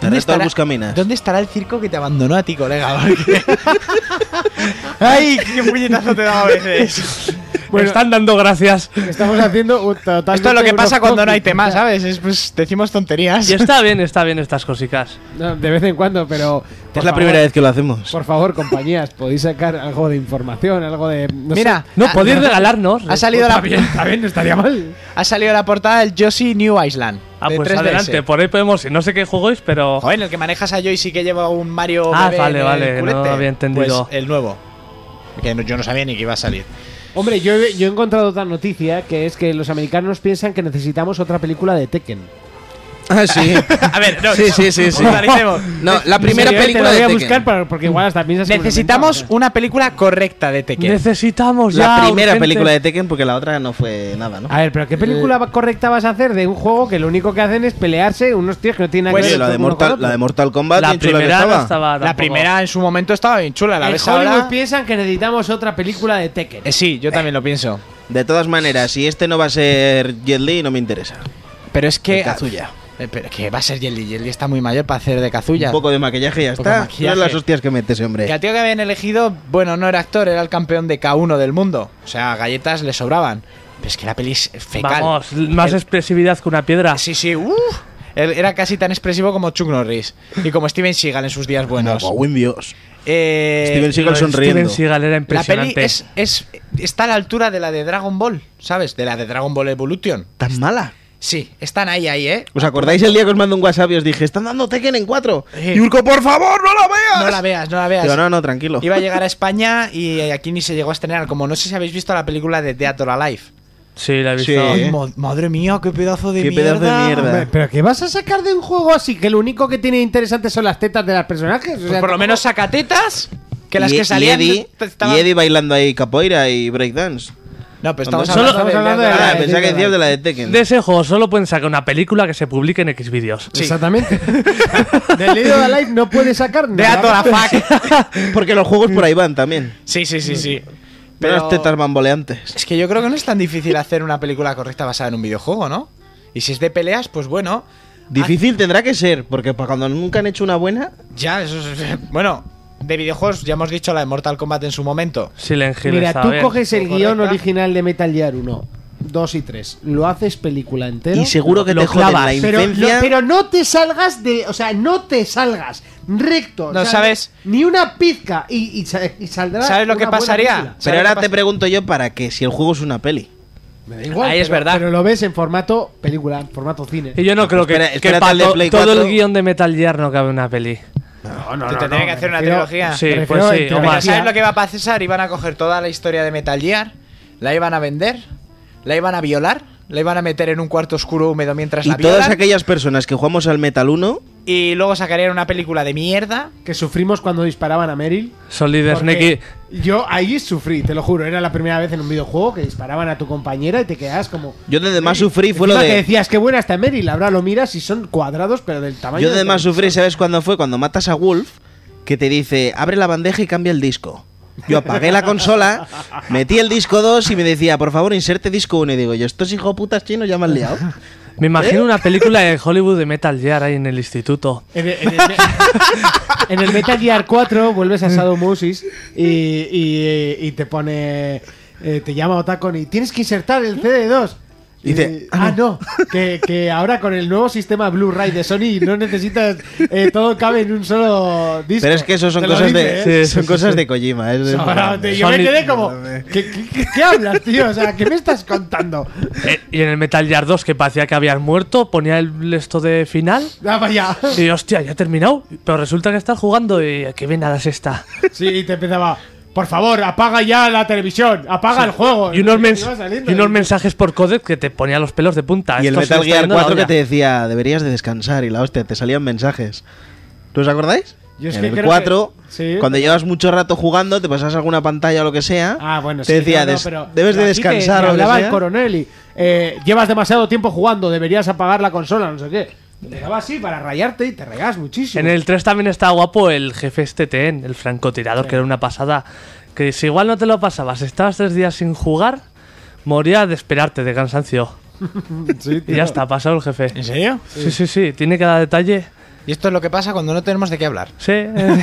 S5: Te reto al Buscaminas.
S4: ¿Dónde estará el circo que te abandonó a ti, colega? Porque- ¡Ay, qué puñetazo te da a veces!
S6: Me están dando gracias.
S2: Estamos haciendo un- totalmente
S4: Esto es lo que
S2: unos
S4: pasa cuando no hay
S2: cómics,
S4: tema,
S2: o sea,
S4: ¿sabes? Es, pues, decimos tonterías.
S6: Y está bien, está bien estas cositas.
S2: no, de vez en cuando, pero. por
S5: Es la
S2: favor,
S5: primera vez que lo hacemos.
S2: Por favor, compañías, podéis sacar algo de información, algo de. no
S4: Mira,
S2: sé.
S6: No,
S4: Ah,
S6: podéis
S4: no.
S6: regalarnos. Pues
S4: Ha salido, la,
S2: También no estaría mal.
S4: ha salido la portada del Yoshi New Island.
S6: Ah,
S4: de
S6: pues
S4: 3DS.
S6: adelante, por ahí podemos ir. No sé qué jugáis, pero.
S4: Joder, el que manejas a Yoshi que lleva un Mario.
S6: Ah,
S4: bebé
S6: vale,
S4: en el
S6: vale, no
S4: culete.
S6: había entendido.
S4: Pues el nuevo. Que no- yo no sabía ni que iba a salir.
S2: Hombre, yo he, yo he encontrado otra noticia que es que los americanos piensan que necesitamos otra película de Tekken.
S5: Ah, sí.
S4: A ver, no,
S5: Sí, sí, sí, sí.
S4: Organicemos.
S5: No, la primera
S2: Sí, yo
S5: película
S2: te
S5: de
S2: la voy a
S5: Tekken.
S2: buscar para- porque igual hasta piensas que me lo
S4: Necesitamos
S2: inventamos.
S4: una película correcta de Tekken.
S6: Necesitamos
S5: La
S6: ya
S5: primera
S6: urgente-
S5: película de Tekken porque la otra no fue nada,
S6: Ah,
S5: ¿no?
S2: A ver, pero ¿qué
S4: Eh,
S2: película va- correcta vas a hacer de un juego que lo único que hacen es pelearse unos tíos que no tienen nada
S5: Pues
S2: que ver
S5: la de,
S2: uno con
S5: Mortal,
S2: otro?
S5: la de Mortal Kombat,
S6: La
S5: bien chula que
S6: primera no
S5: estaba.
S6: estaba
S4: La
S6: tampoco.
S4: primera en su momento estaba bien chula, la
S2: En
S4: ves
S2: Hollywood
S4: ahora.
S2: piensan que necesitamos otra película de Tekken.
S4: Eh, sí, yo también lo pienso.
S5: De todas maneras, si este no va a ser Jet Li, no me interesa.
S4: Pero es
S5: De
S4: que.
S5: Kazuya.
S4: Eh, Pero que va a ser Jelly. Jelly está muy mayor para hacer de Kazuya.
S5: Un poco de maquillaje y ya
S4: Un poco de
S5: está.
S4: maquillaje.
S5: No es las hostias que metes,
S4: Que
S5: hombre.
S4: al tío que habían elegido, bueno, no era actor, era el campeón de K1 del mundo. O sea, galletas le sobraban. Pero es que la peli es fecal.
S6: Vamos, más
S4: El-
S6: expresividad que una piedra.
S4: Sí, sí, uff. Él era casi tan expresivo como Chuck Norris y como Steven Seagal en sus días buenos.
S5: Como buen Dios.
S4: Eh,
S5: Steven Seagal
S6: Lo de
S5: sonriendo.
S6: Steven Seagal era
S4: la peli
S6: impresionante.
S4: es, es- está a la altura de la de Dragon Ball, ¿sabes? De la de Dragon Ball Evolution.
S5: Tan mala.
S4: Sí, están ahí, ahí, ¿eh?
S5: ¿Os acordáis el día que os mandé un WhatsApp y os dije, están dando Tekken en 4?
S4: Sí.
S5: Y Urco, por favor, no la veas.
S4: No la veas, no la veas.
S5: Ah. Digo, no, no, tranquilo.
S4: Iba a llegar a España y aquí ni se llegó a estrenar. Como no sé si habéis visto la película de Dead or Alive.
S6: Sí, la he visto.
S5: Sí.
S4: Ay, mo- madre mía, qué pedazo de
S5: Eh. Qué
S4: mierda.
S5: pedazo de mierda.
S2: Hombre, pero ¿qué vas a sacar de un juego así que lo único que tiene interesante son las tetas de los personajes? O
S4: Pues
S2: sea,
S4: por lo menos sacatetas que las
S5: Y-
S4: que salían.
S5: y Eddie,
S4: te- estaban-
S5: y Eddie bailando ahí capoeira y breakdance.
S4: No, pero estamos
S5: Solo-
S4: hablando,
S2: estamos hablando
S4: de,
S2: de-
S5: Ah,
S2: la
S5: pensaba que
S2: Tekken.
S5: decías de la de Tekken.
S6: De ese juego solo pueden sacar una película que se publique en X vídeos.
S4: sí.
S2: Exactamente. Del Lido de Life no puede sacar
S4: de
S2: nada.
S4: Dead or Alive.
S5: Porque los juegos por ahí van también.
S4: Sí, sí, sí, sí.
S5: Pero
S4: Pero
S5: las tetas bamboleantes.
S4: es que yo creo que no es tan difícil hacer una película correcta basada en un videojuego, ¿no? Y si es de peleas, pues bueno.
S5: Difícil tendrá que ser, porque para cuando nunca han hecho una buena,
S4: Ya, eso es. Bueno, de videojuegos ya hemos dicho la de Mortal Kombat en su momento.
S6: Silent Hill
S2: Mira,
S6: está
S2: tú
S6: bien.
S2: coges el
S4: Correcta.
S2: guión original de Metal Gear 1, 2 y 3, lo haces película entera.
S5: y seguro que
S6: lo
S5: te joden la
S6: clavas,
S2: pero,
S5: infancia.
S2: lo- pero no te salgas de. O sea, no te salgas recto. o
S4: No
S2: sea,
S4: sabes-
S2: Ni una pizca. Y, y sa- y saldrá.
S4: ¿Sabes lo que
S2: una buena
S4: pasaría?
S2: película.
S5: Pero
S4: ¿sabes qué
S5: ahora te
S4: pasa?
S5: pregunto yo para qué, si el juego es una peli.
S2: Me da igual,
S4: Ahí es
S2: pero-
S4: verdad.
S2: Pero lo ves en formato película, en formato cine.
S6: Y yo no creo que,
S5: Pues Espera-
S6: que
S5: espérate
S6: pa'
S5: al de
S6: to-
S5: Play
S6: todo
S5: 4.
S6: el guión de Metal Gear no cabe una peli.
S2: No, no,
S4: Te
S2: no,
S4: tendría
S2: no,
S4: que
S2: me
S4: hacer una
S2: refiero-
S4: trilogía.
S6: Sí,
S2: me
S6: pues
S2: refiero
S6: sí,
S2: en
S6: o
S4: Pero
S6: más.
S2: trilogía.
S4: ¿Sabes lo que iba a pasar? Iban a coger toda la historia de Metal Gear, la iban a vender, la iban a violar, la iban a meter en un cuarto oscuro húmedo mientras
S5: Y
S4: Pues la
S5: todas
S4: violan,
S5: aquellas personas que jugamos al Metal 1,
S4: y luego sacarían una película de mierda.
S2: que sufrimos cuando disparaban a Meryl.
S6: Solid Snake
S2: Porque Yo ahí sufrí, te lo juro. Era la primera vez en un videojuego que disparaban a tu compañera y te quedabas como.
S5: yo donde más sufrí fue lo
S2: Encima que
S5: de...
S2: decías que buena está Meryl. Ahora lo miras y son cuadrados, pero del tamaño.
S5: Yo
S2: del
S5: donde más sufrí,
S2: televisor.
S5: ¿sabes cuándo fue? Cuando matas a Wolf, que te dice, abre la bandeja y cambia el disco. Yo apagué la consola, metí el disco 2 y me decía, por favor, inserte disco 1. Y digo, yo, estos hijo putas chinos ya me han liado.
S6: Me
S5: ¿Eh?
S6: imagino una película de Hollywood de Metal Gear ahí en el instituto.
S2: En el, en el- en el Metal Gear 4 vuelves a Sadomusis y, y, y te pone. eh, te llama Otacon y tienes que insertar el CD2.
S5: Y dice,
S2: Eh, ah, no, que, que ahora con el nuevo sistema Blu-ray de Sony no necesitas. eh, todo cabe en un solo disco.
S5: Pero es que eso son
S2: Te lo
S5: cosas
S2: dice,
S5: de,
S2: ¿eh?
S6: Sí, sí,
S5: son
S6: sí,
S5: cosas
S6: sí.
S5: de Kojima. ¿eh? es de-
S2: Ahora, te- yo me
S6: Sony-
S2: quedé como, ¿qué, qué, qué- qué hablas, tío? O sea, ¿qué me estás contando?
S6: Eh, y en el Metal Gear 2, que parecía que habías muerto, ponía el esto de final.
S2: Ah, vaya.
S6: Y hostia, ya he terminado. Pero resulta que estás jugando y qué venada es esta.
S2: Sí, y te empezaba, por favor, apaga ya la televisión, apaga el juego.
S6: Y unos, mens-
S2: Iba saliendo
S6: y unos
S2: de-
S6: mensajes por codec que te ponía los pelos de punta.
S5: Y el
S6: Esto se
S5: Metal
S6: me está
S5: Gear
S6: yendo la
S5: 4 que
S6: olla.
S5: te decía, deberías de descansar y la hostia, te salían mensajes. ¿Tú os acordáis?
S2: Yo es
S5: en
S2: que
S5: el
S2: creo
S5: 4,
S2: que- sí.
S5: cuando llevas mucho rato jugando, te pasas alguna pantalla o lo que sea,
S2: Ah, bueno,
S5: te
S2: sí,
S5: decía,
S2: no, no,
S5: "Des-
S2: pero-
S5: debes de
S2: pero aquí te-
S5: descansar
S2: te
S5: o lo que
S2: hablaba el
S5: sea".
S2: coronel y eh, llevas demasiado tiempo jugando, deberías apagar la consola, no sé qué. Te daba así para rayarte y te rayas muchísimo.
S6: En el 3 también estaba guapo el jefe este TN, el francotirador, que era una pasada. Que si igual no te lo pasabas, estabas tres días sin jugar, moría de esperarte de cansancio.
S2: Sí,
S6: Y
S2: tío.
S6: ya está, pasado el jefe.
S4: serio?
S6: Sí, sí, sí, tiene cada detalle.
S4: Y esto es lo que pasa cuando no tenemos de qué hablar.
S6: Sí.
S5: Eh,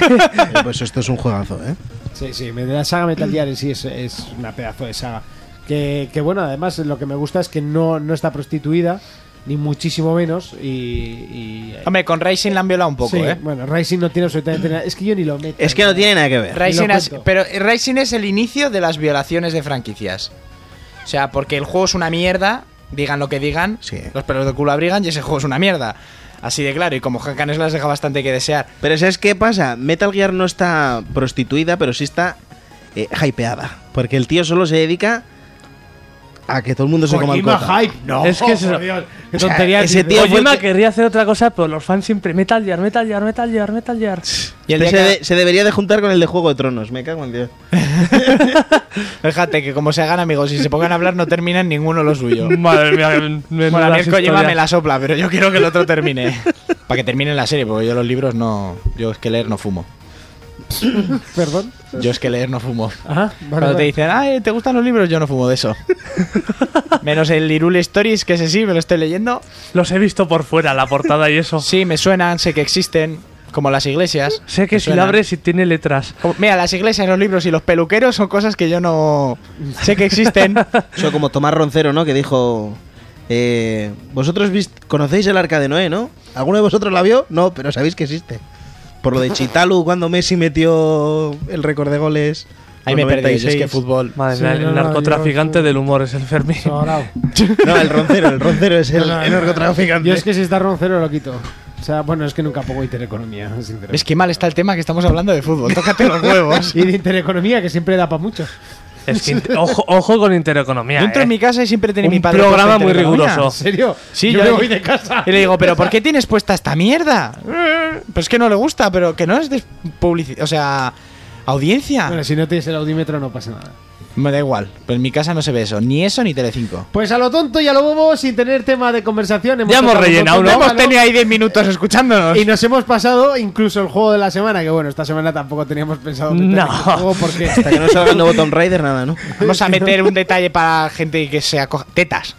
S5: Pues esto es un juegazo, ¿eh?
S2: Sí, sí, me- la saga Metal Gear en sí es, es una pedazo de saga. Que, que bueno, además lo que me gusta es que no, no está prostituida, ni muchísimo menos. Y. y- eh,
S4: Hombre, con Racing la han violado un poco,
S2: Sí,
S4: ¿eh?
S2: Bueno, Rising no tiene absolutamente nada. Es que yo ni lo meto.
S5: Es que no tiene nada que ver.
S4: Rising
S2: lo
S4: has-
S2: cuento.
S4: pero Rising es el inicio de las violaciones de franquicias. O sea, porque el juego es una mierda, digan lo que digan,
S5: Sí.
S4: los pelos de culo abrigan y ese juego es una mierda. Así de claro, y como Hankanes las deja bastante que desear.
S5: Pero ¿sabes qué pasa? Metal Gear no está prostituida, pero sí está eh, hypeada. Porque el tío solo se dedica a que todo el mundo se coma el
S2: Kojima
S5: cota.
S2: hype, no.
S6: Es que es
S2: por
S6: eso.
S2: Dios, qué
S5: O sea,
S2: tontería
S5: ese
S2: dices.
S5: tío fue
S6: Kojima
S5: el que-
S6: querría hacer otra cosa, pero los fans siempre. Metal Gear, Metal Gear, Metal Gear, Metal Gear.
S4: Y el
S5: Este
S4: día
S5: se,
S4: que-
S5: de- se debería de juntar con el de Juego de Tronos, me cago en Dios.
S4: Fíjate que como se hagan amigos y se pongan a hablar no terminan ninguno lo suyo.
S6: Madre mía, me- me
S4: Bueno, a mí
S6: las
S4: el Kojima
S6: historias.
S4: me la sopla, pero yo quiero que el otro termine. Para que termine la serie, porque yo los libros no... Yo es que leer no fumo.
S2: Perdón.
S4: Yo es que leer no fumo.
S2: Ajá, vale,
S4: Cuando te
S2: vale.
S4: dicen, ah, ¿te gustan los libros? Yo no fumo de eso. Menos el Irule Stories, que ese sí, me lo estoy leyendo.
S6: Los he visto por fuera, la portada y eso.
S4: Sí, me suenan, sé que existen, como las iglesias.
S6: Sé que
S4: Me
S6: si
S4: suenan.
S6: la abres y tiene letras.
S4: Como- Mira, las iglesias, los libros y los peluqueros son cosas que yo no sé que existen.
S5: Eso como Tomás Roncero, ¿no? Que dijo... eh, Vosotros vist- conocéis el Arca de Noé, ¿no? ¿Alguno de vosotros la vio? No, pero sabéis que existe. Por lo de Chitalu cuando Messi metió el récord de goles.
S4: Ahí
S5: con
S4: me he perdido, yo es que
S5: 96.
S4: fútbol...
S6: Madre
S2: Sí,
S6: mía,
S2: no,
S6: el
S2: no,
S6: narcotraficante
S2: yo-
S6: del humor es el Fermín.
S2: Sobrao.
S5: No, el roncero, el roncero es el,
S2: No, no,
S5: el
S2: no.
S5: narcotraficante.
S2: Yo es que si está roncero lo quito. O sea, bueno, es que nunca pongo intereconomía, sinceramente.
S4: ¿Ves qué mal está el tema que estamos hablando de fútbol? Tócate los huevos.
S2: Y de intereconomía, que siempre da para mucho.
S6: Es que inte- ojo, ojo con Intereconomía.
S4: Yo entro
S6: ¿eh?
S4: en mi casa y siempre tenía
S6: Un
S4: mi padre...
S6: programa
S4: puesto
S6: muy
S4: Intereconomía.
S6: riguroso.
S2: ¿En serio?
S4: Sí,
S2: yo
S4: yo-
S2: me voy de casa.
S4: Y le digo, ¿pero por qué tienes puesta esta mierda? Pues que no le gusta, pero que no es de publicidad. O sea,
S2: Bueno,
S4: audiencia.
S2: si no tienes el audímetro no pasa nada.
S4: Me da igual. Pues en mi casa no se ve eso. Ni eso ni Telecinco.
S2: Pues a lo tonto y a lo bobo, sin tener tema de conversación.
S6: Ya hemos
S2: tocado un
S6: rellenado,
S2: montón de
S6: ¿no?
S2: temas,
S4: Hemos tenido ahí 10 minutos escuchándonos.
S2: Y nos hemos pasado incluso el juego de la semana, que bueno, esta semana tampoco teníamos pensado meter
S6: No.
S2: ningún juego porque
S5: Hasta que no salga el nuevo Tomb Raider, nada, ¿no?
S4: Vamos a meter un detalle para gente que se acoja. Tetas.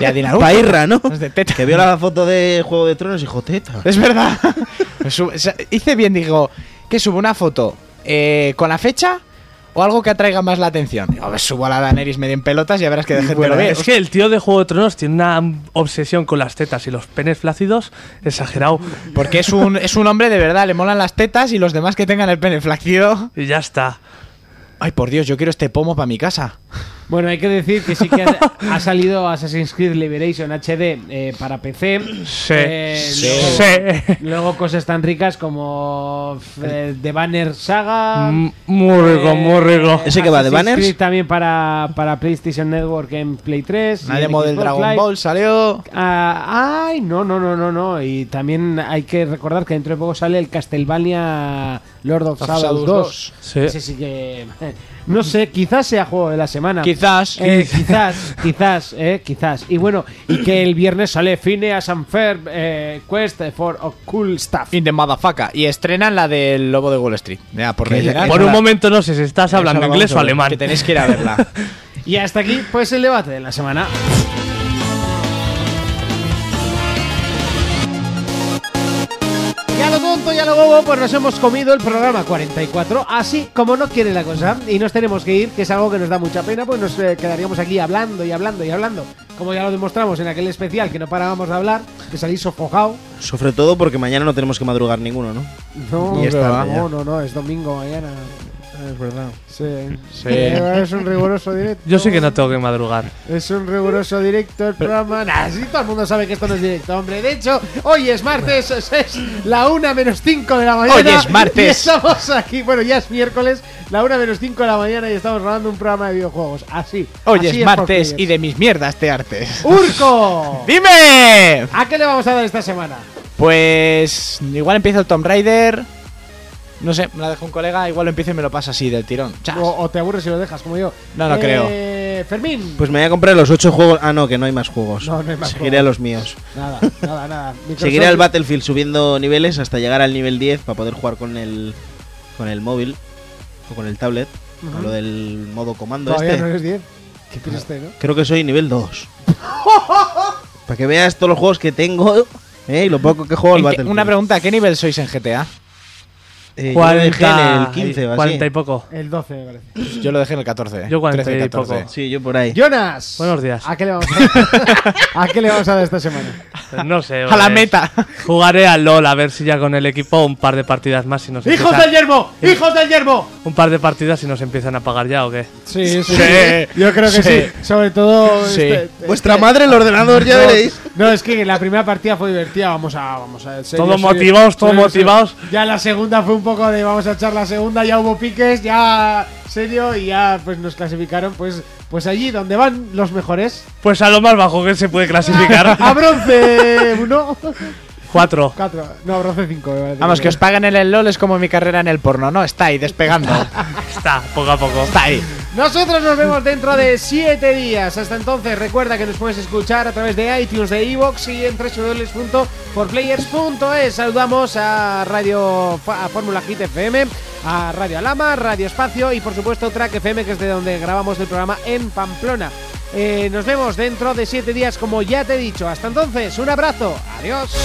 S4: De Adina Urco.
S5: Pairra, ¿no?
S4: Es de teta.
S5: Que vio la foto de Juego de Tronos y dijo, teta.
S4: Es verdad. Sub- o sea, Hice bien, digo, que subo una foto eh, con la fecha o algo que atraiga más la atención. Digo, a ver, subo a la Daenerys medio en pelotas y ya verás que de gente
S6: Bueno,
S4: lo ve.
S6: es que el tío de Juego de Tronos tiene una mm, obsesión con las tetas y los penes flácidos exagerado.
S4: Porque es un, es un hombre de verdad, le molan las tetas y los demás que tengan el pene flácido.
S6: Y ya está.
S4: Ay, por Dios, yo quiero este pomo para mi casa.
S2: Bueno, hay que decir que sí que ha, ha salido Assassin's Creed Liberation HD eh, para PC.
S6: Sí.
S2: Eh,
S6: Sí.
S2: Luego,
S6: Sí.
S2: luego cosas tan ricas como eh, The Banner Saga.
S6: Mm, Muy rico,
S2: eh,
S6: muy rico.
S5: ¿Ese que va, The
S2: Assassin's
S5: Banners?
S2: Creed también para, para PlayStation Network en Play 3.
S4: La
S2: y en
S4: demo del
S2: Xbox
S4: Dragon
S2: Live.
S4: Ball salió.
S2: Ah, ay, no, no, no, no, no. Y también hay que recordar que dentro de poco sale el Castlevania Lord of,
S4: Of
S2: Shadows,
S4: Shadows
S2: 2.
S6: Sí.
S2: Ese sí que. No sé, quizás sea juego de la semana.
S4: Quizás.
S2: Eh, quizás, quizás, eh, quizás. Y bueno, y que el viernes sale Phineas and Ferb eh, Quest for a Cool Stuff.
S4: In the motherfucker. Y estrenan la del Lobo de Wall Street. Ya, por
S5: Que
S4: rellenar.
S6: Por un
S4: Esa-
S6: momento no sé si estás
S4: esa
S6: hablando
S4: la vamos
S6: inglés
S4: a
S6: o
S4: ver,
S6: alemán.
S4: Que tenéis que ir a verla.
S2: Y hasta aquí, pues el debate de la semana. Y a lo tonto y a lo bobo, pues nos hemos comido el programa 44, así como no quiere la cosa. Y nos tenemos que ir, que es algo que nos da mucha pena, pues nos eh, quedaríamos aquí hablando y hablando y hablando. Como ya lo demostramos en aquel especial que no parábamos de hablar, que salí sofocado.
S5: Sobre todo porque mañana no tenemos que madrugar ninguno, ¿no?
S2: No,
S5: Y es tarde ya.
S2: no, no, no, es domingo mañana.
S5: Es verdad.
S2: Sí.
S4: Sí.
S2: Es un riguroso directo.
S6: Yo sí que no tengo que madrugar.
S2: Es un riguroso directo el programa. Nah, sí, todo el mundo sabe que esto no es directo, hombre. De hecho, hoy es martes, es es la 1 menos 5 de la mañana.
S4: Hoy es martes.
S2: Y estamos aquí, bueno, ya es miércoles, la 1 menos 5 de la mañana y estamos grabando un programa de videojuegos. Así.
S4: Hoy
S2: así
S4: es
S2: por
S4: martes y
S2: players.
S4: de mis mierdas te artes.
S2: ¡Urco!
S4: ¡Dime!
S2: ¿A qué le vamos a dar esta semana?
S4: Pues igual empiezo el Tomb Raider. No sé, me la dejo un colega, igual lo empiezo y me lo paso así del tirón. Chas.
S2: O, o te aburres y lo dejas, como yo.
S4: No, no
S2: Eh,
S4: creo.
S2: Fermín.
S5: Pues me voy a comprar los ocho juegos. Ah, no, que no hay más juegos.
S2: No, no hay más
S5: Seguiré
S2: juegos.
S5: a los míos.
S2: Nada, nada, nada.
S5: Seguiré al
S2: Microsoft-
S5: Battlefield subiendo niveles hasta llegar al nivel 10 para poder jugar con el con el móvil o con el tablet.
S2: Ujú.
S5: Con lo del modo comando
S2: Todavía
S5: este.
S2: no eres 10. Qué triste, ¿no?
S5: Creo que soy nivel 2. para que veas todos los juegos que tengo ¿eh? y lo poco que juego al
S4: ¿En qué-
S5: Battlefield.
S4: una pregunta, ¿a qué nivel sois en GTA?
S5: Eh, yo lo dejé en
S6: 40,
S5: el 15 o así.
S6: 40 y poco.
S2: El 12, me parece.
S4: Yo lo dejé en el ¿eh? 14.
S6: Yo 40 y
S4: 13, 14.
S6: poco.
S5: Sí, yo por ahí.
S2: Jonas.
S6: Buenos días. Pues
S2: ¿A qué le vamos a, ¿A qué le vamos a dar esta semana?
S6: No sé.
S4: A la
S6: hombre.
S4: meta.
S6: Jugaré al LOL a ver si ya con el equipo un par de partidas más si nos
S2: ¡Hijos
S6: empiezan-
S2: del yermo! ¡Hijos del yermo!
S6: Un par de partidas si nos empiezan a pagar ya o qué.
S2: Sí, sí,
S4: Sí.
S2: Yo creo que sí.
S4: Sí.
S2: Sobre todo.
S4: Sí.
S2: este-
S5: Vuestra madre, el ordenador, ya veréis.
S2: no, es que la primera partida fue divertida. Vamos a. Vamos a en serio,
S6: Todos
S2: sí.
S6: motivados, todos
S2: Sí, sí.
S6: motivados.
S2: Ya la segunda fue un poco de vamos a echar la segunda. Ya hubo piques, ya serio. Y ya pues nos clasificaron. Pues, pues allí donde van los mejores.
S6: Pues a lo más bajo que se puede clasificar.
S2: A bronce 1,
S6: Cuatro.
S2: 4. No, bronce 5.
S4: Vamos, que os pagan en el LOL es como mi carrera en el porno, ¿no? Está ahí, despegando.
S6: Está, poco a poco.
S4: Está ahí.
S2: Nosotros nos vemos dentro de 7 días. Hasta entonces, recuerda que nos puedes escuchar a través de iTunes, de iVoox y en www.forplayers.es. Saludamos a Radio F- a Fórmula Hit FM, a Radio Alama, Radio Espacio y por supuesto Track FM, que es de donde grabamos el programa en Pamplona. Eh, nos vemos dentro de 7 días, como ya te he dicho. Hasta entonces, un abrazo. Adiós.